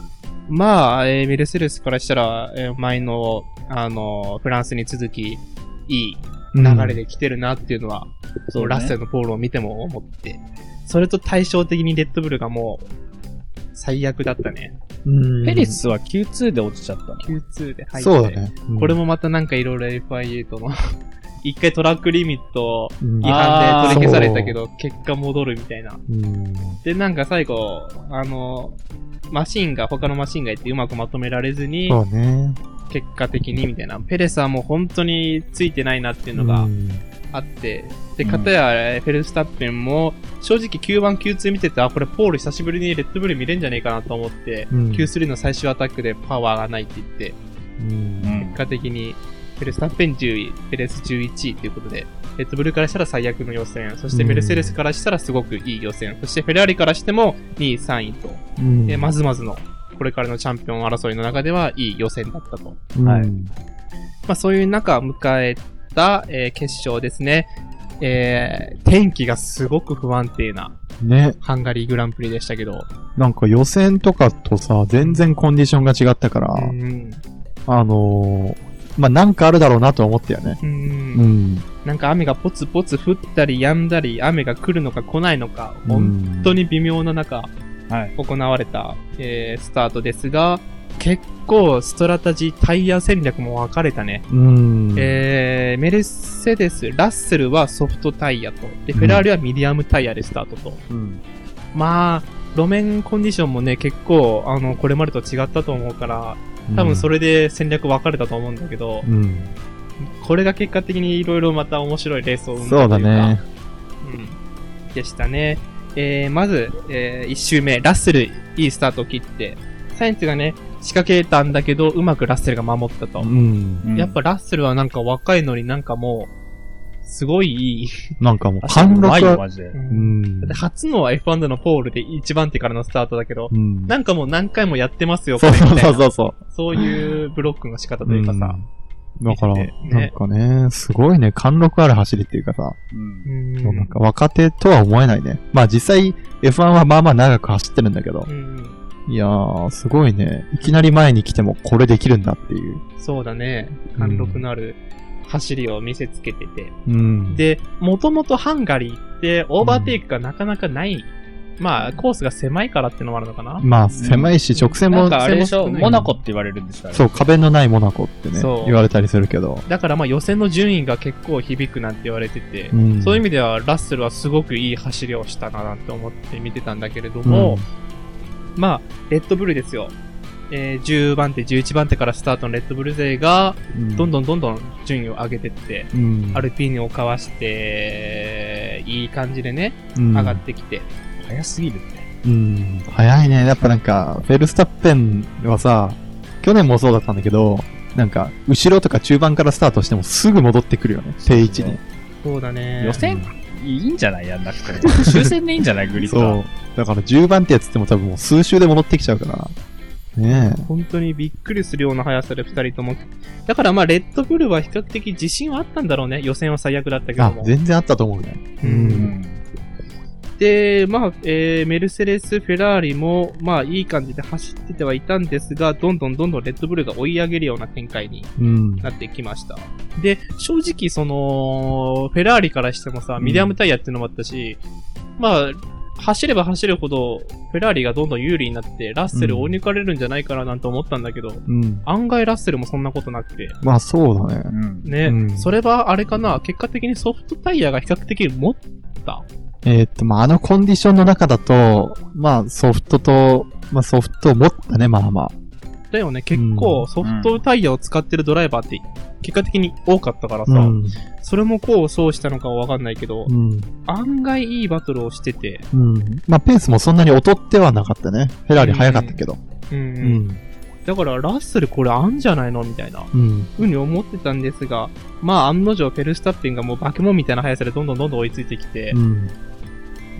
まあ、えーメルセデスからしたら、えー前の、あのーフランスに続き、いいうん、流れで来てるなっていうのは、そうねラッセルのポールを見ても思って、それと対照的にレッドブルがもう、最悪だったね。うん。ペリスは Q2 で落ちちゃったの。 Q2 で入って。そうだね。うんこれ、もまたなんかいろいろ FIA との、 <laughs> 一回トラックリミットうん違反で取り消されたけど、結果戻るみたいな。うんで、なんか最後、あの、マシンが、他のマシンがいてうまくまとめられずに、そうね。結果的にみたいな。ペレスはもう本当についてないなっていうのうがんあって、で、うん片やフェルスタッペンも、正直 Q1、Q2 見てて、あ、これポール久しぶりにレッドブル見れんじゃねえかなと思って、うん Q3 の最終アタックでパワーがないって言って、うん結果的にフェルスタッペン10位、ペレス11位ということで、レッドブルからしたら最悪の予選、そしてメルセデスからしたらすごくいい予選、そしてフェラーリからしても2位、3位と、うんえーまずまずの、これからのチャンピオン争いの中ではいい予選だったと。まはいうんあそういう中迎えた、えー決勝ですね。えー天気がすごく不安定なね。ハンガリーグランプリでしたけど、なんか予選とかとさ、全然コンディションが違ったから、うんあのー、まあ、なんかあるだろうなとは思ったよね。うんうん。なんか雨がポツポツ降ったり止んだり、雨が来るのか来ないのか、本当に。に微妙な中、はい。行われた、えースタートですが、結構ストラタジー、タイヤ戦略も分かれたね。うん。えーメルセデス、ラッセルはソフトタイヤと、で、うんフェラーリはミディアムタイヤでスタートと。うんまあ、路面コンディションもね、結構、あの、これまでと違ったと思うから、多分それで戦略分かれたと思うんだけど、うん。これが結果的にいろいろまた面白いレースを生んだといそううかだね。うんでしたね。えー、まず、え1周目、ラッセル、いいスタートを切って、サイエンスがね、仕掛けたんだけど、うまくラッセルが守ったとう。ん。やっぱラッセルはなんか若いのになんかもう、すごいいい。なんかもう貫貫禄。うまい禄よ、は。マジで。うだんって。初の F1 のポールで1番手からのスタートだけど、うんなんかもう何回もやってますよ、そうこれみそうたいなそうそそういうブロックの仕方う。というかさ。うんだから、見ててなんかね、すごいね、貫禄ある走りっていうかさ、うん。うんもうなんか若手とは思えないね。まあ実際、F1 はまあまあ長く走ってるんだけどう、んいやー、すごいね。いきなり前に来てもこれできるんだっていう。そうだね。貫禄のある走りを見せつけてて。うん。、で、もともとハンガリーってオーバーテイクがなかなかない。まあ、コースが狭いからってのもあるのかな、まあ、狭いし、直線なも、んかあれでしょ、直線も少ないモナコって言われるんでしたそう、壁のないモナコってね、そう言われたりするけど。だからまあ予選の順位が結構響くなんて言われてて、んそういう意味ではラッセルはすごくいい走りをしたななんて思って見てたんだけれどうんも、まあ、レッドブルですよ。えー10番手、11番手からスタートのレッドブル勢が、うんどんどんどんどん順位を上げてって、うん、アルピーニをかわして、いい感じでね、上上がってきて。早すぎるって。うん、早いね。やっぱなんか、フェルスタッペンはさ、去年もそうだったんだけど、なんか、後ろとか中盤からスタートしてもすぐ戻ってくるよね、定位置に。そうだね。予選いいんじゃないやんなくても。終戦でいいんじゃないグリッドそは。う。だから10番手やつっても多分もう数周で戻ってきちゃうから。ね本当にびっくりするような速さで二人とも。だからまあ、レッドブルは比較的自信はあったんだろうね。予選は最悪だったけえ。どあも、。全然あったと思うね。ううんん。で、まあ、えーメルセデス、フェラーリも、まあ、いい感じで走っててはいたんですが、どんどんどんどんレッドブルが追い上げるような展開にうん。なってきました。で、正直、その、フェラーリからしてもさ、ミディアムタイヤっていうのもあったし、まあ、走れば走るほど、フェラーリがどんどん有利になって、ラッセルを追い抜かれるんじゃないかななんて思ったんだけど、うん。案外ラッセルもそんなことなくて、まあそうだね。うん。ね、うんそれはあれかな、結果的にソフトタイヤが比較的持った。えーっと、まああのコンディションの中だと、まあソフトと、まあソフトを持ったね、まあまあ。だよね、結構ソフトタイヤを使ってるドライバーって結果的に多かったからさ、うん。それもこうそうしたのかはわかんないけど、うん。案外いいバトルをしてて、うん。まあペースもそんなに劣ってはなかったね。フェラーリ早かったけど。うんうん。だから、ラッセルこれあんじゃないのみたいな、うん。ふうに思ってたんですが、まあ、案の定、フェルスタッペンがもう化け物みたいな速さでどんどんどんどん追いついてきてう、ん。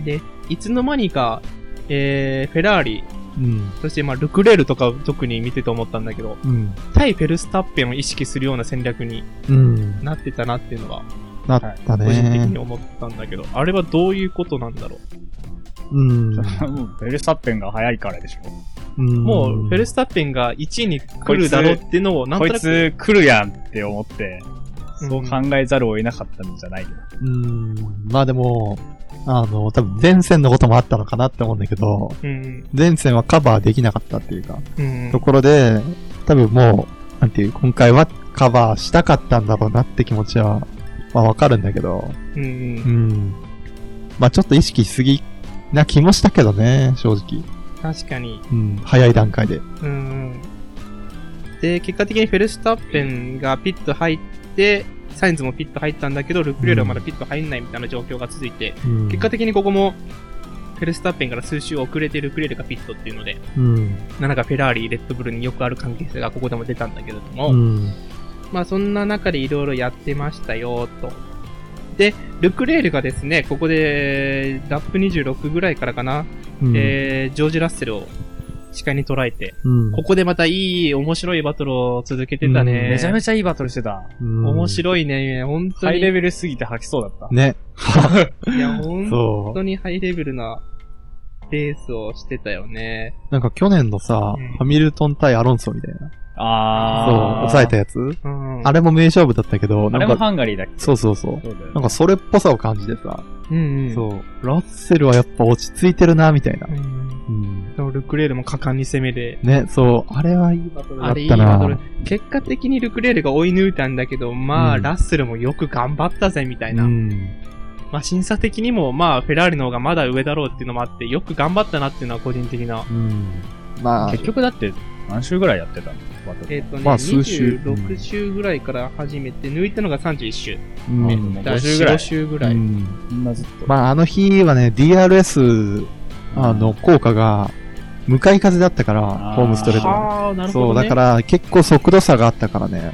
で、いつの間にか、えー、フェラーリ、うん。そして、まあ、ルクレールとかを特に見てて思ったんだけど、うん。対フェルスタッペンを意識するような戦略にうん。なってたなっていうのは、なった個人的にね。思ったんだけど、あれはどういうことなんだろうん。うんベルサッペンが早いからでしょ。う。もう、フェルススタッペンが1位に来るだろうっていうのを、なんこといなく、つ来るやんって思って、うんそう考えざるを得なかったんじゃないよ。うん。まあでも、あの、多分前線のこともあったのかなって思うんだけど、うん、前線はカバーできなかったっていうか、うんと、ころで、多分もう、なんていう、今回はカバーしたかったんだろうなって気持ちは、まあわかるんだけど、うん、ううんん。まあちょっと意識しすぎな気もしたけどね、正直。確かに。うん、早い段階で。うん。で、結果的にフェルスタッペンがピット入って、サインズもピット入ったんだけど、ルクレールはまだピット入んないみたいな状況が続いて、うん結果的にここも、フェルスタッペンから数周遅れてルクレールがピットっていうので、うん。なんかフェラーリ、レッドブルによくある関係性がここでも出たんだけれども、うん。まあそんな中でいろいろやってましたよ、と。で、ルクレールがですね、ここで、ラップ26ぐらいからかな、うんえー、ジョージ・ラッセルを視界に捉えて、うんここでまたいい、面白いバトルを続けてたね。うんめちゃめちちゃいいバトルしてた。うん面白いね。本当ハイレに。ベルすぎて吐きそうだった。ね。いや、本そ当にハイレベルなレースをしてたよね。う。なんか去年のさ、うんハミルトン対アロンソみたいな。あそうー。、抑えたやつうん。あれも名勝負だったけど、あなれんもか、ハンガリーだっけそうそうそう。そうだよねなんかそれっぽさを感じてさ、うん、うん。そう。ラッセルはやっぱ落ち着いてるな、みたいなう。ん。うん。でもルクレールも果敢に攻めで。ね、そう。あれはいいバトルだあっれいいたバなト。ル。結果的にルクレールが追い抜いたんだけど、まあ、うんラッセルもよく頑張ったぜ、みたいな。うん。まあ、審査的にも、まあ、フェラーリの方がまだ上だろうっていうのもあって、よく頑張ったなっていうのは個人的なうん。まあ、結局だって、何週ぐらいやってたのバトル。えっ、とね、まあ数週26週ぐらいから始めて、抜いたのが31週。うんねもう50ぐらい4 5週ぐらい。うんみんなずっと。まあ、あの日はね、DRS、あの、効果が、向かい風だったから、ーホームストレートの。はあ、なるそほど、ね。、う、だからら、結構速度差があったからね。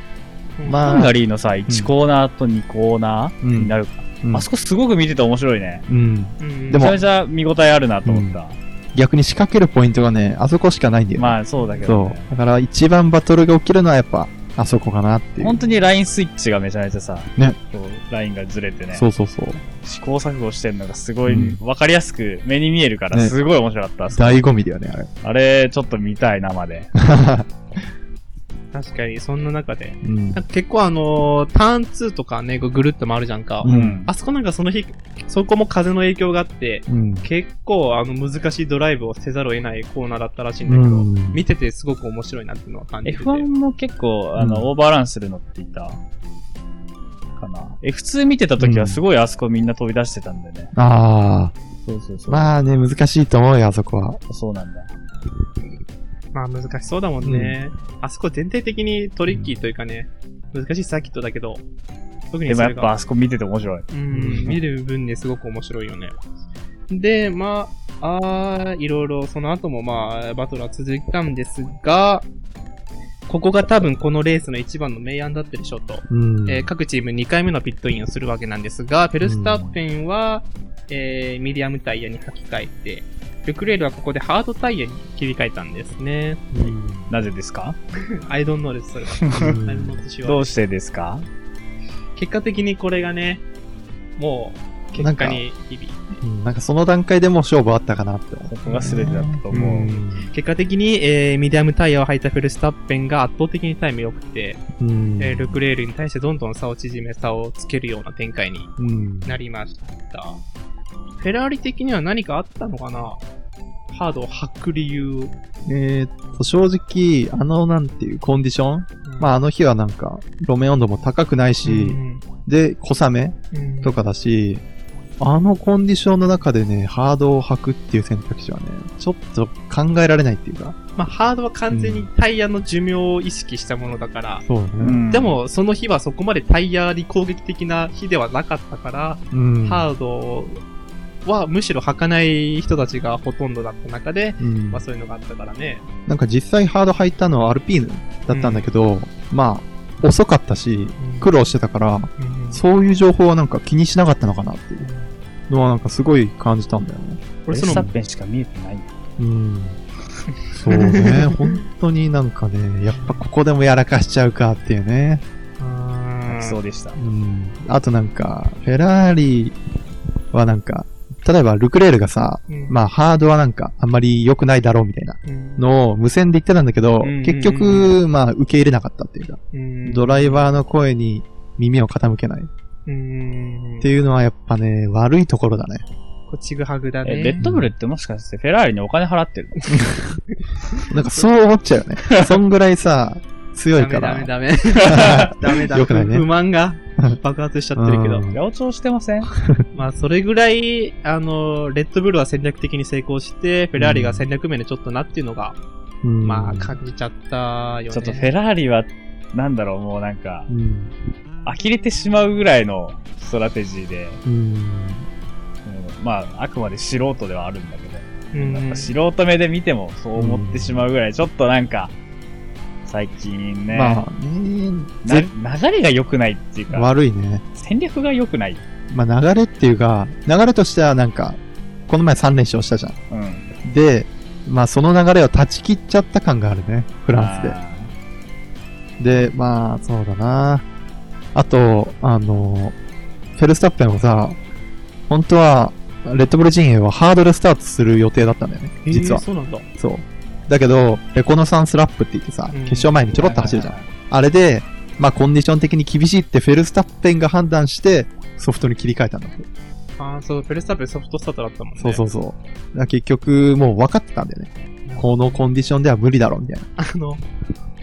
まハあンガリーのさ、1コーナーと2コーナーうにん。なる。うんあそこすごく見てて面白いね。うん。うんでめちもゃめちゃ見応えあるなと思った。逆に仕掛けるポイントがね、あそこしかないんだよ、ね。まあそうだけそどね。う。だから、一番バトルが起きるのはやっぱ、あそこかなっていう本。当にラインスイッチがめちゃめちゃさ、ねこうラインがずれてね、そうそうそう。試行錯誤してるのがすごいうん分かりやすく目に見えるから、ねすごい面白かった。醍醐味だよね、あれ、ちょっと見たい生で。あ確かに、そんな中で。れ。うんなん。か結構あのーターン2とかね、こうぐるっと回るじゃんか。うんあそこなんかその日、そこも風の影響があって、 <laughs> うん。結構あの難しいドライブをせざるを得ないコーナーだったらしいんうだけど、ん。見ててすごく面白いなっていうのは感じてて。 F1 も結構、あうんの、オーバーランするのっていた、かな。F2 見てた時はすごいあそこみんな飛び出してたんだよね。あそうそうあ。そう。まあね、難しいと思うよ、あそこは。そうなんだ。まあ難しそうだもんね。あそこ全体的にトリッキーというかね、難しいサーキットだけど、特でにもそやっれぱがあ、そこ見てて面白い。うん、見る分ね、すごく面白いよね。で、まあ、あーいろいろ、その後もまあ、バトルは続いたんですが、ここが多分このレースの一番の明暗だったでしょうと。うん。えー各チーム2回目のピットインをするわけなんですが、ペルスタッペンは、えーミディアムタイヤに履き替えて、ルクレールはここでハードタイヤに切り替えたんですね。 <laughs> うんなぜですかアイドンノーです、それは。うんアイドンノーですどうしてですか結果的にこれがね、もう、結果に響いてうんなんかその段階でもう勝負あったかなって思ここが全てだったとう。思う。結果的に、えーミディアムタイヤを履いたフェルスタッペンが圧倒的にタイム良くて、うん。えールクレールに対してどんどん差を縮め、差をつけるような展開にうん。なりました。フェラーリ的には何かあったのかなハードを履く理由。えーっと、正直、あの、なんていう、コンディションまあ、あの日はなんか、路面温度も高くないし、で、小雨とかだし、あのコンディションの中でね、ハードを履くっていう選択肢はね、ちょっと考えられないっていうか。まあ、ハードは完全にタイヤの寿命を意識したものだから、そうね。うんで、も、その日はそこまでタイヤに攻撃的な日ではなかったから、うん。ハードはむしろ儚い人たちがほとんどだった中で、うんまあそういうのがあったからね。なんか実際ハード入ったのはアルピーヌだったんだけど、まあ、遅かったし、苦労してたから、うんそういう情報はなんか気にしなかったのかなっていうのはなんかすごい感じたんだよね。これレそスタのッ、ペンしか見えてない。うん。そ <laughs> うね、本当になんかね、やっぱここでもやらかしちゃうかっていうね。あーそうでしたう。ん。あとなんか、フェラーリはなんか、例えばルクレールがさ、うんまあハードはなんかあんまり良くないだろうみたいなうんのを無線で言ってたんだけどうんうんうん、結局、まあ受け入れなかったっていうか、うんドライバーの声に耳を傾けないっうんていうのはやっぱね、悪いところだね。こっちぐはぐだえ、ね。レッドブルってもしかしてフェラーリにお金払ってるなんかそう思っちゃうよね。 <laughs> そんぐらいさ、強いダかメら。ダメダ <laughs> メ。ダメだ。よくないね不満 <laughs> が爆発しちゃってるけどう。ん八百長してませんまあ、それぐらい、あの、レッドブルは戦略的に成功して、フェラーリが戦略面でちょっとなっていうのが、うんまあ、感じちゃったよね。ちょっとフェラーリは、なんだろう、もうなんか、うん。呆れてしまうぐらいのストラテジーで、うん。うんまあ、あくまで素人ではあるんだけど、うんやっぱ素人目で見てもそう思ってしまうぐらい、ちょっとなんか、最近ね、まあね、なぜ流れが良くないっていうか、悪いね。戦略が良くない。まあ流れっていうか、流れとしてはなんか、この前3連勝したじゃん。うん。で、まあその流れを断ち切っちゃった感があるね。フランあスで。で、まあそうだな。あと、あの、フェルスタッペンもさ、本当は、レッドブル陣営はハードでスタートする予定だったんだよね。へー実は。そうなんだ。そう。だけど、レコノサンスラップって言ってさ、うん決勝前にーちょろっと走るじゃん。はいあれで、まあコンディション的に厳しいってフェルスタッペンが判断して、ソフトに切り替えたんだって。ああ、そう、ペルスタッペンソフトスタートだったもんね。そうそうそう。だから結局、もう分かってたんだよね。このコンディションでは無理だろ、みたいな。あの、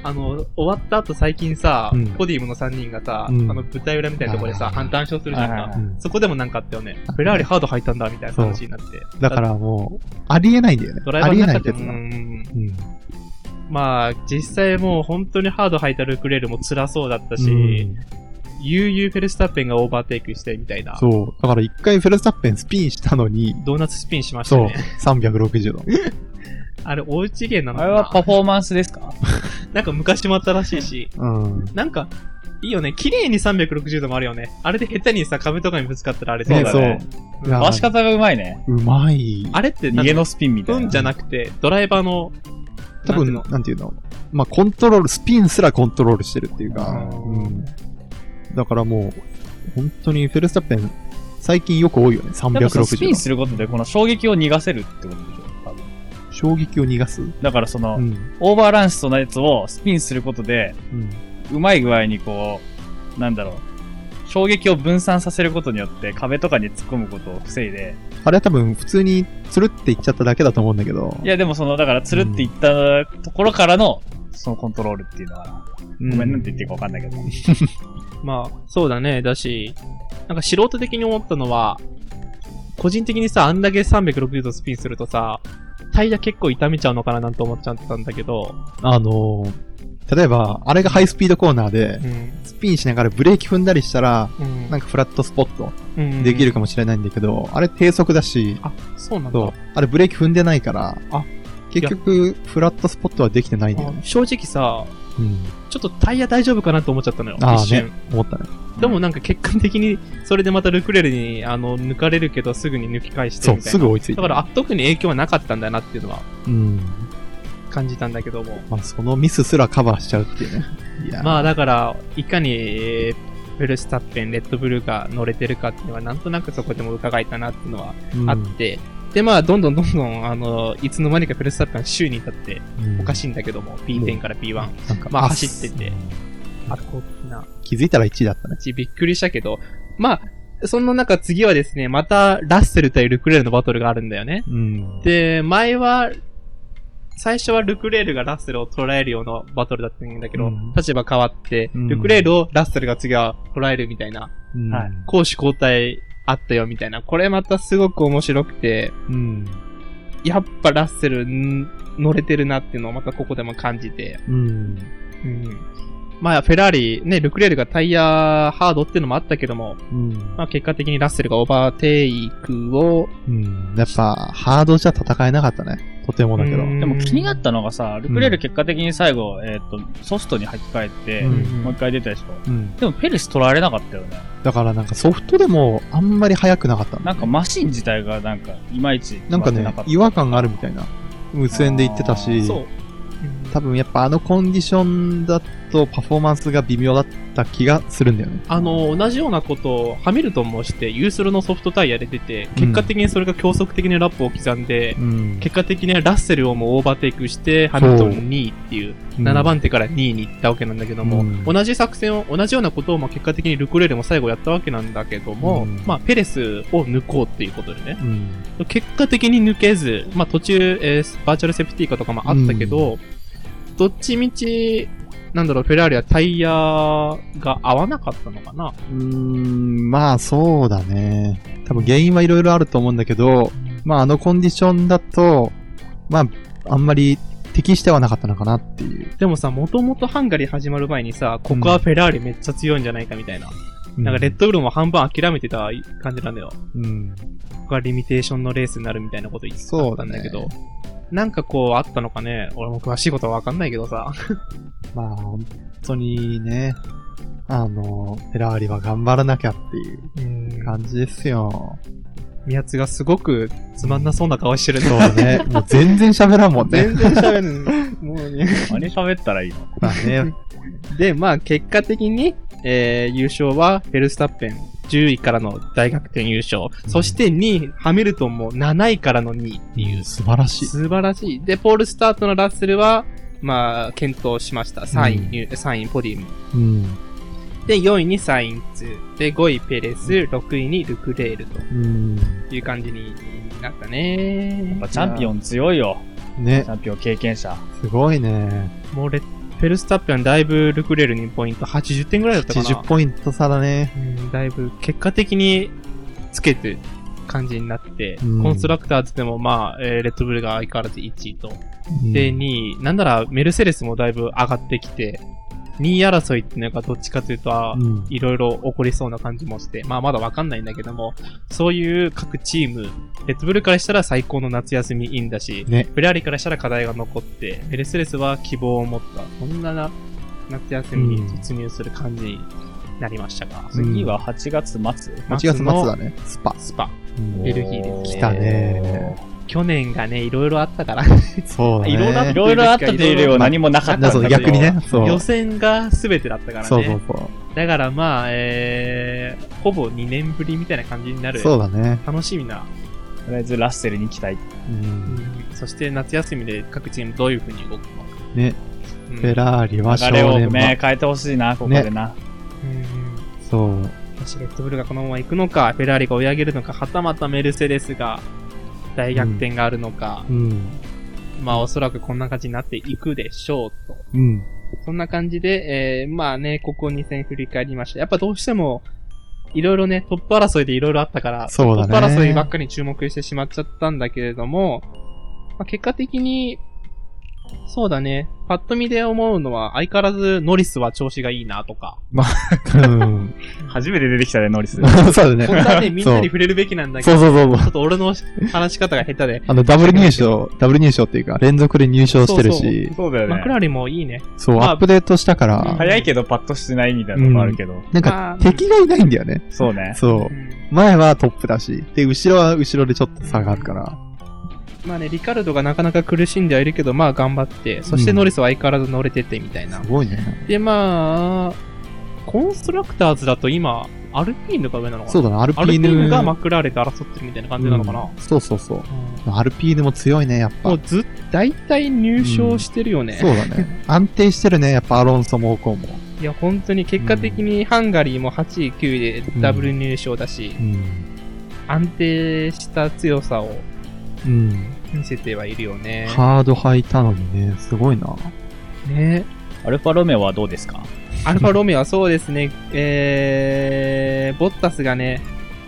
あの、終わった後最近さ、うんポディウムの3人がさ、うんあの、舞台裏みたいなところでさ、あー判断勝するじゃんはいはいはかい。そこでもなんかあったよね。フェラーリハード入ったんだ、みたいな話になって。だからもう、ありえないんだよねド。ライあバーりのえない中っでても、やつうんだ。うん。まあ、実際もう本当にハード履いたルクレールも辛そうだったし、うん悠々フェルスタッペンがオーバーテイクしてみたいな、そう。だから一回フェルスタッペンスピンしたのに、ドーナツスピンしましたそう。ね。 360度。あれ、おうち芸なのあかれはパなフォーマンスですかなんか昔もあったらしいし、うん。なんか、いいよね。綺麗に360度もあるよね。あれで下手にさ、壁とかにぶつかったらあれでそねうだそうね。いや回し方がうまいね。うまい。あれって、逃げのスピンみたいな。運じゃなくて、ドライバーの、多分、なんていうなんていうのまあ、コントロール、スピンすらコントロールしてるっていうか、うんうんだからもう、本当にフェルスタッペン、最近よく多いよね、やっぱそのスピ360ン度。することで、この衝撃を逃がせるってことでしょ多分。衝撃を逃がす。だからその、うん。オーバーランスとなやつをスピンすることで、うん。うまい具合にこう、なんだろう、衝撃を分散させることによって壁とかに突っ込むことを防いで、あれは多分、普通に、つるっていっちゃっただけだと思うんだけど。いやでもその、だからつるっていったところからの、そのコントロールっていうのは、うん、ごめんなんて言っていいかわかんないけど。 <laughs> まあ、そうだね。だし、なんか素人的に思ったのは、個人的にさ、あんだけ360度スピンするとさ、タイヤ結構痛めちゃうのかななんて思っちゃったんだけど、あのー例えば、あれがハイスピードコーナーで、ん。スピンしながらブレーキ踏んだりしたら、うんなんかフラットスポットうんできるかもしれないんだけど、あれ低速だし、あ、そうなんだ。そう。あれブレーキ踏んでないから、あ結局、フラットスポットはできてないんだよあね。正直さ、うん。ちょっとタイヤ大丈夫かなと思っちゃったのよ。あ一あね瞬。、思ったね。でもなんか結果的に、それでまたルクレールに、あの、抜かれるけどすぐに抜き返してそ、みたいうな。すぐ追いついた。だから、あ特に影響はなかったんだなっていうのはうん。感じたんだけども。まあ、そのミスすらカバーしちゃうっていう <laughs> ね。いや、まあだから、いかに、えーフェルスタッペン、レッドブルーが乗れてるかっていうのは、なんとなくそこでも伺えたなっていうのはうんあって、で、まあ、どんどんどんどん、あの、いつの間にかフェルスタッペン周に至っておかい。しいんだけども、P10 から P1、なんかまああ走ってて圧倒的な気づいたら1位だったね。ちびっくりしたけど、まあ、そんな中次はですね、またラッセル対ルクレールのバトルがあるんだよね。うん。で、前は、最初はルクレールがラッセルを捉えるようなバトルだったんだけど、うん立場変わって、うんルクレールをラッセルが次は捉えるみたいな、うんはい攻守交代あったよみたいな、これまたすごく面白くて、うん。やっぱラッセルん乗れてるなっていうのをまたここでも感じて、うん。うんまあ、フェラーリ、ね、ルクレールがタイヤハードっていうのもあったけども、うん。まあ、結果的にラッセルがオーバーテイクを、うん。やっぱ、ハードじゃ戦えなかったね。とてもだけど。うんでも気になったのがさ、ルクレール結果的に最後、えっ、と、ソフトに履き替えて、うんもう一回出たでしうょ。ん。でもペレス取られなかったよね。だからなんかソフトでもあんまり速くなかったんだなんかマシン自体がなんか、いまいち決なんまっかてねかっ、た違和感があるみたいな。無線で言ってたし、そう。多分やっぱあのコンディションだとパフォーマンスが微妙だった気がするんだよね。あの、同じようなことをハミルトンもして、ユースロのソフトタイヤで出て、結果的にそれが競速的にラップを刻んで、うん結果的にラッセルをもうオーバーテイクして、ハミルトン2位っていう、7番手から2位に行ったわけなんだけども、うん同じ作戦を、同じようなことを、まあ、結果的にルクレールも最後やったわけなんだけども、うんまあ、ペレスを抜こうっていうことでね。うん。結果的に抜けず、まあ、途中、えーバーチャルセーフティーカーとかもあったけど、どっちみち、なんだろう、フェラーリはタイヤが合わなかったのかな。うーん、まあそうだね。多分原因はいろいろあると思うんだけど、まああのコンディションだと、まああんまり適してはなかったのかなっていう。でもさ、もともとハンガリー始まる前にさ、ここはフェラーリめっちゃ強いんじゃないかみたいな。なんかレッドブルも半分諦めてた感じなんだよ。うん。ここがリミテーションのレースになるみたいなこと言ってそうただんねだけど、なんかこうあったのかね俺も詳しいことはわかんないけどさ。まあ本当にね、あの、フェラーリは頑張らなきゃっていう感じですよ。宮津がすごくつまんなそうな顔してるその。う <laughs> ね。もう全然喋らんもんね。全然喋んない。もうね。何喋ったらいいの <laughs> まあね。 <laughs> で、まあ結果的に、えー優勝はフェルスタッペン10位からの大逆転優勝。うんそして2位、ハミルトンも7位からの2位っていう。素晴らしい。素晴らしい。で、ポールスタートのラッセルは、まあ、検討しました。3位、うん入3位ポディウム。うん。で、4位にサインツ。で、5位ペレス、6位にルクレールとうん。いう感じになったね。やっぱチャンピオン強いよ。チね、ャンピオン経験者。すごいね。もうレ、フェルスタッペンはだいぶルクレールにポイント80点ぐらいだったかな。 80ポイント差だね。うんだいぶ結果的につけて感じになって、うんコンストラクターズでもまあ、えーレッドブルが相変わらず1位と。うんで、2位、なんならメルセデスもだいぶ上がってきて、2位争いってなんかどっちかというと、うんいろいろ起こりそうな感じもして、まあまだわかんないんだけども、そういう各チーム、レッドブルからしたら最高の夏休みいいんだし、ね。フェラーリからしたら課題が残って、ペレスレスは希望を持った、そんなな夏休みに突入する感じになりましたが、うん次は8月末。 8月末のだね。スパ。スパ。うんベルギーですね来たね。去年がね、いろいろあったから、そうだね。いろんないろいろあったというよりは何もなかったんだなけそど。う逆にね。そう。予選が全てだったからね。そうそうそだからまあ、えー、ほぼ2年ぶりみたいな感じになう。る。そうだね。楽しみなとりあえずラッセルに期待。うん。そして夏休みで各チームどういう風に動くのか。ねうん。フェラーリは流少れを年ね版。、変えてほしいな、ここでな。うんそう。もしレッドブルがこのまま行くのか、フェラーリが追い上げるのか、はたまたメルセデスが大逆転があるのか、うん。まあおそらくこんな感じになっていくでしょうと。うん。そんな感じで、えー、まあね、ここ2戦振り返りました。やっぱどうしても、いろいろね、トップ争いでいろいろあったから、そうだトねップ争いばっかり注目してしまっちゃったんだけれども、まあ、結果的に、そうだね、パッと見で思うのは、相変わらずノリスは調子がいいなとか、うん。初めて出てきたね、ノリス。 <laughs> そうだね。こそれうはね、みんなに触れるべきなんだけそど、うちそうそうょ。っと俺の話し方が下手で、あの、ダブル入賞、ダブル入賞っていうか、連続で入賞してるし、そうだよマクね。ラーリもいいね。そう、まあアップデートしたかうんら、早いけどパッとしてないみたいなとこあるけど。なんまあか、敵がいないんだよね。そうね。そうう。ん前はトップだし、で、後ろは後ろでちょっと差があるから。まあね、リカルドがなかなか苦しんではいるけど、まあ頑張って、そしてノリスは相変わらず乗れててみたいな。すごいね。で、まあ、コンストラクターズだと今、アルピーヌが上なのかなそううだな、アルピアルピーーヌ。ヌがマクラーレンと争ってるみたいな感じなのかな、うんそうそうそう。アルピーヌも強いね、やっぱ。もうずっ、大体入賞してるよね。そうだね。安定してるね、やっぱアロンソもオコンも。いや、本当に結果的にハンガリーも8位、9位でダブル入賞だし、うん。安定した強さをうん。見せてはいるよね。ハード履いたのにね、すごいな。ねアルファロメオはどうですかアルファロメオはそう <laughs> ですね、えー、ボッタスがね、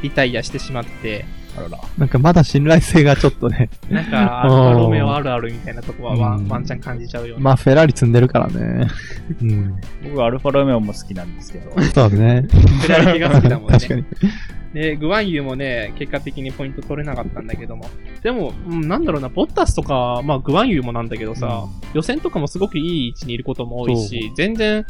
リタイアしてしまって、からな。なんかまだ信頼性がちょっとね、 <laughs> なんか、アルファロメオあるあるみたいなとこはワンワンチャン感じちゃうよね。まあフェラーリ積んでるからね。うん。僕はアルファロメオも好きなんですけど。そうだね。 <laughs> フェラーリ系が好きだもんね確。かに。で、グワンユーもね、結果的にポイント取れなかったんだけども。でも、うん、なんだろうな、ボッタスとか、まあ、グワンユーもなんだけどさ、予選とかもすごくいい位置にいることも多いし、全然、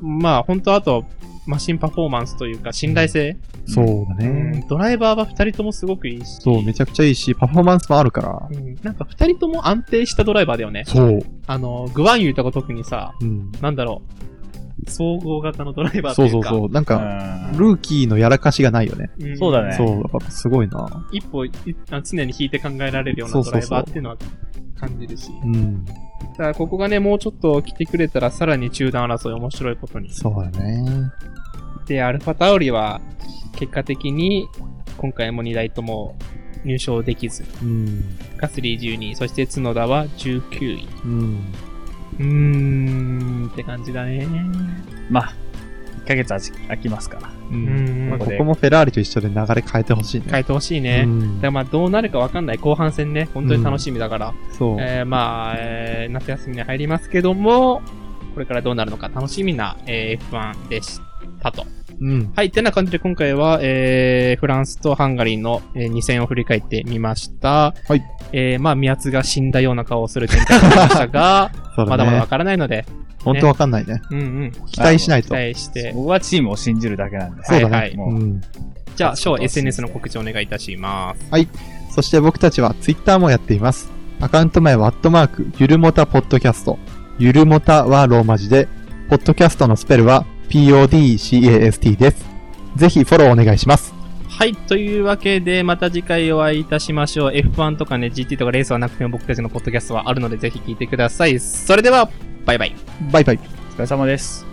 まあ、本当あと、マシンパフォーマンスというか、信頼性、そうだうね。んドライバーは二人ともすごくいいし、そう、めちゃくちゃいいし、パフォーマンスもあるから。うんなんか二人とも安定したドライバーだよね。そう。あの、グワンユーとか特にさ、うん。なんだろう、総合型のドライバーとそういそううか、そう。なんうか、んルーキーのやらかしがないよね。んそうだねそう、やっぱすごいな。一歩いあ常に引いて考えられるようなそドうそラうイそうバーっていうのは感じるし。うん。だからここがね、もうちょっと来てくれたらさらに中断争い面白いことに。そうだね。で、アルファタオリは結果的に今回も2台とも入賞できず、うん。ガスリー12位、そして角田は19位。うん。うーん、って感じだね。まあ、1ヶ月あち空きますから。う。うんん、まあここれこもフェラーリと一緒で流れ変えてほしい変ね。えてほしいね。うんだからまあどうなるかわかんない後半戦ね、本当に楽しみだから、そう。えーまあ、えー夏休みに入りますけども、これからどうなるのか楽しみな、えー F1 でしたと。うん。はい、てな感じで今回は、えーフランスとハンガリーの、え2戦を振り返ってみました。はい。えーまあ、宮津が死んだような顔をする展開になりましたが、 <laughs> そうまだだまだわね。からないので、本当わかんないね。うんうん、期待しない期と。待して。僕はチームを信じるだけなんで。そうだねはいはいもううん。じゃあ、小 SNS の告知お願いいたします。そして僕たちは Twitter もやっています。アカウント名はアットマーク、ゆるもたポッドキャスト。ゆるもたはローマ字で、ポッドキャストのスペルは podcast です。ぜひフォローお願いします。はい。というわけで、また次回お会いいたしましょう。F1 とかね、GT とかレースはなくても僕たちのポッドキャストはあるので、ぜひ聞いてください。それでは、バイバイ。バイバイ。お疲れ様です。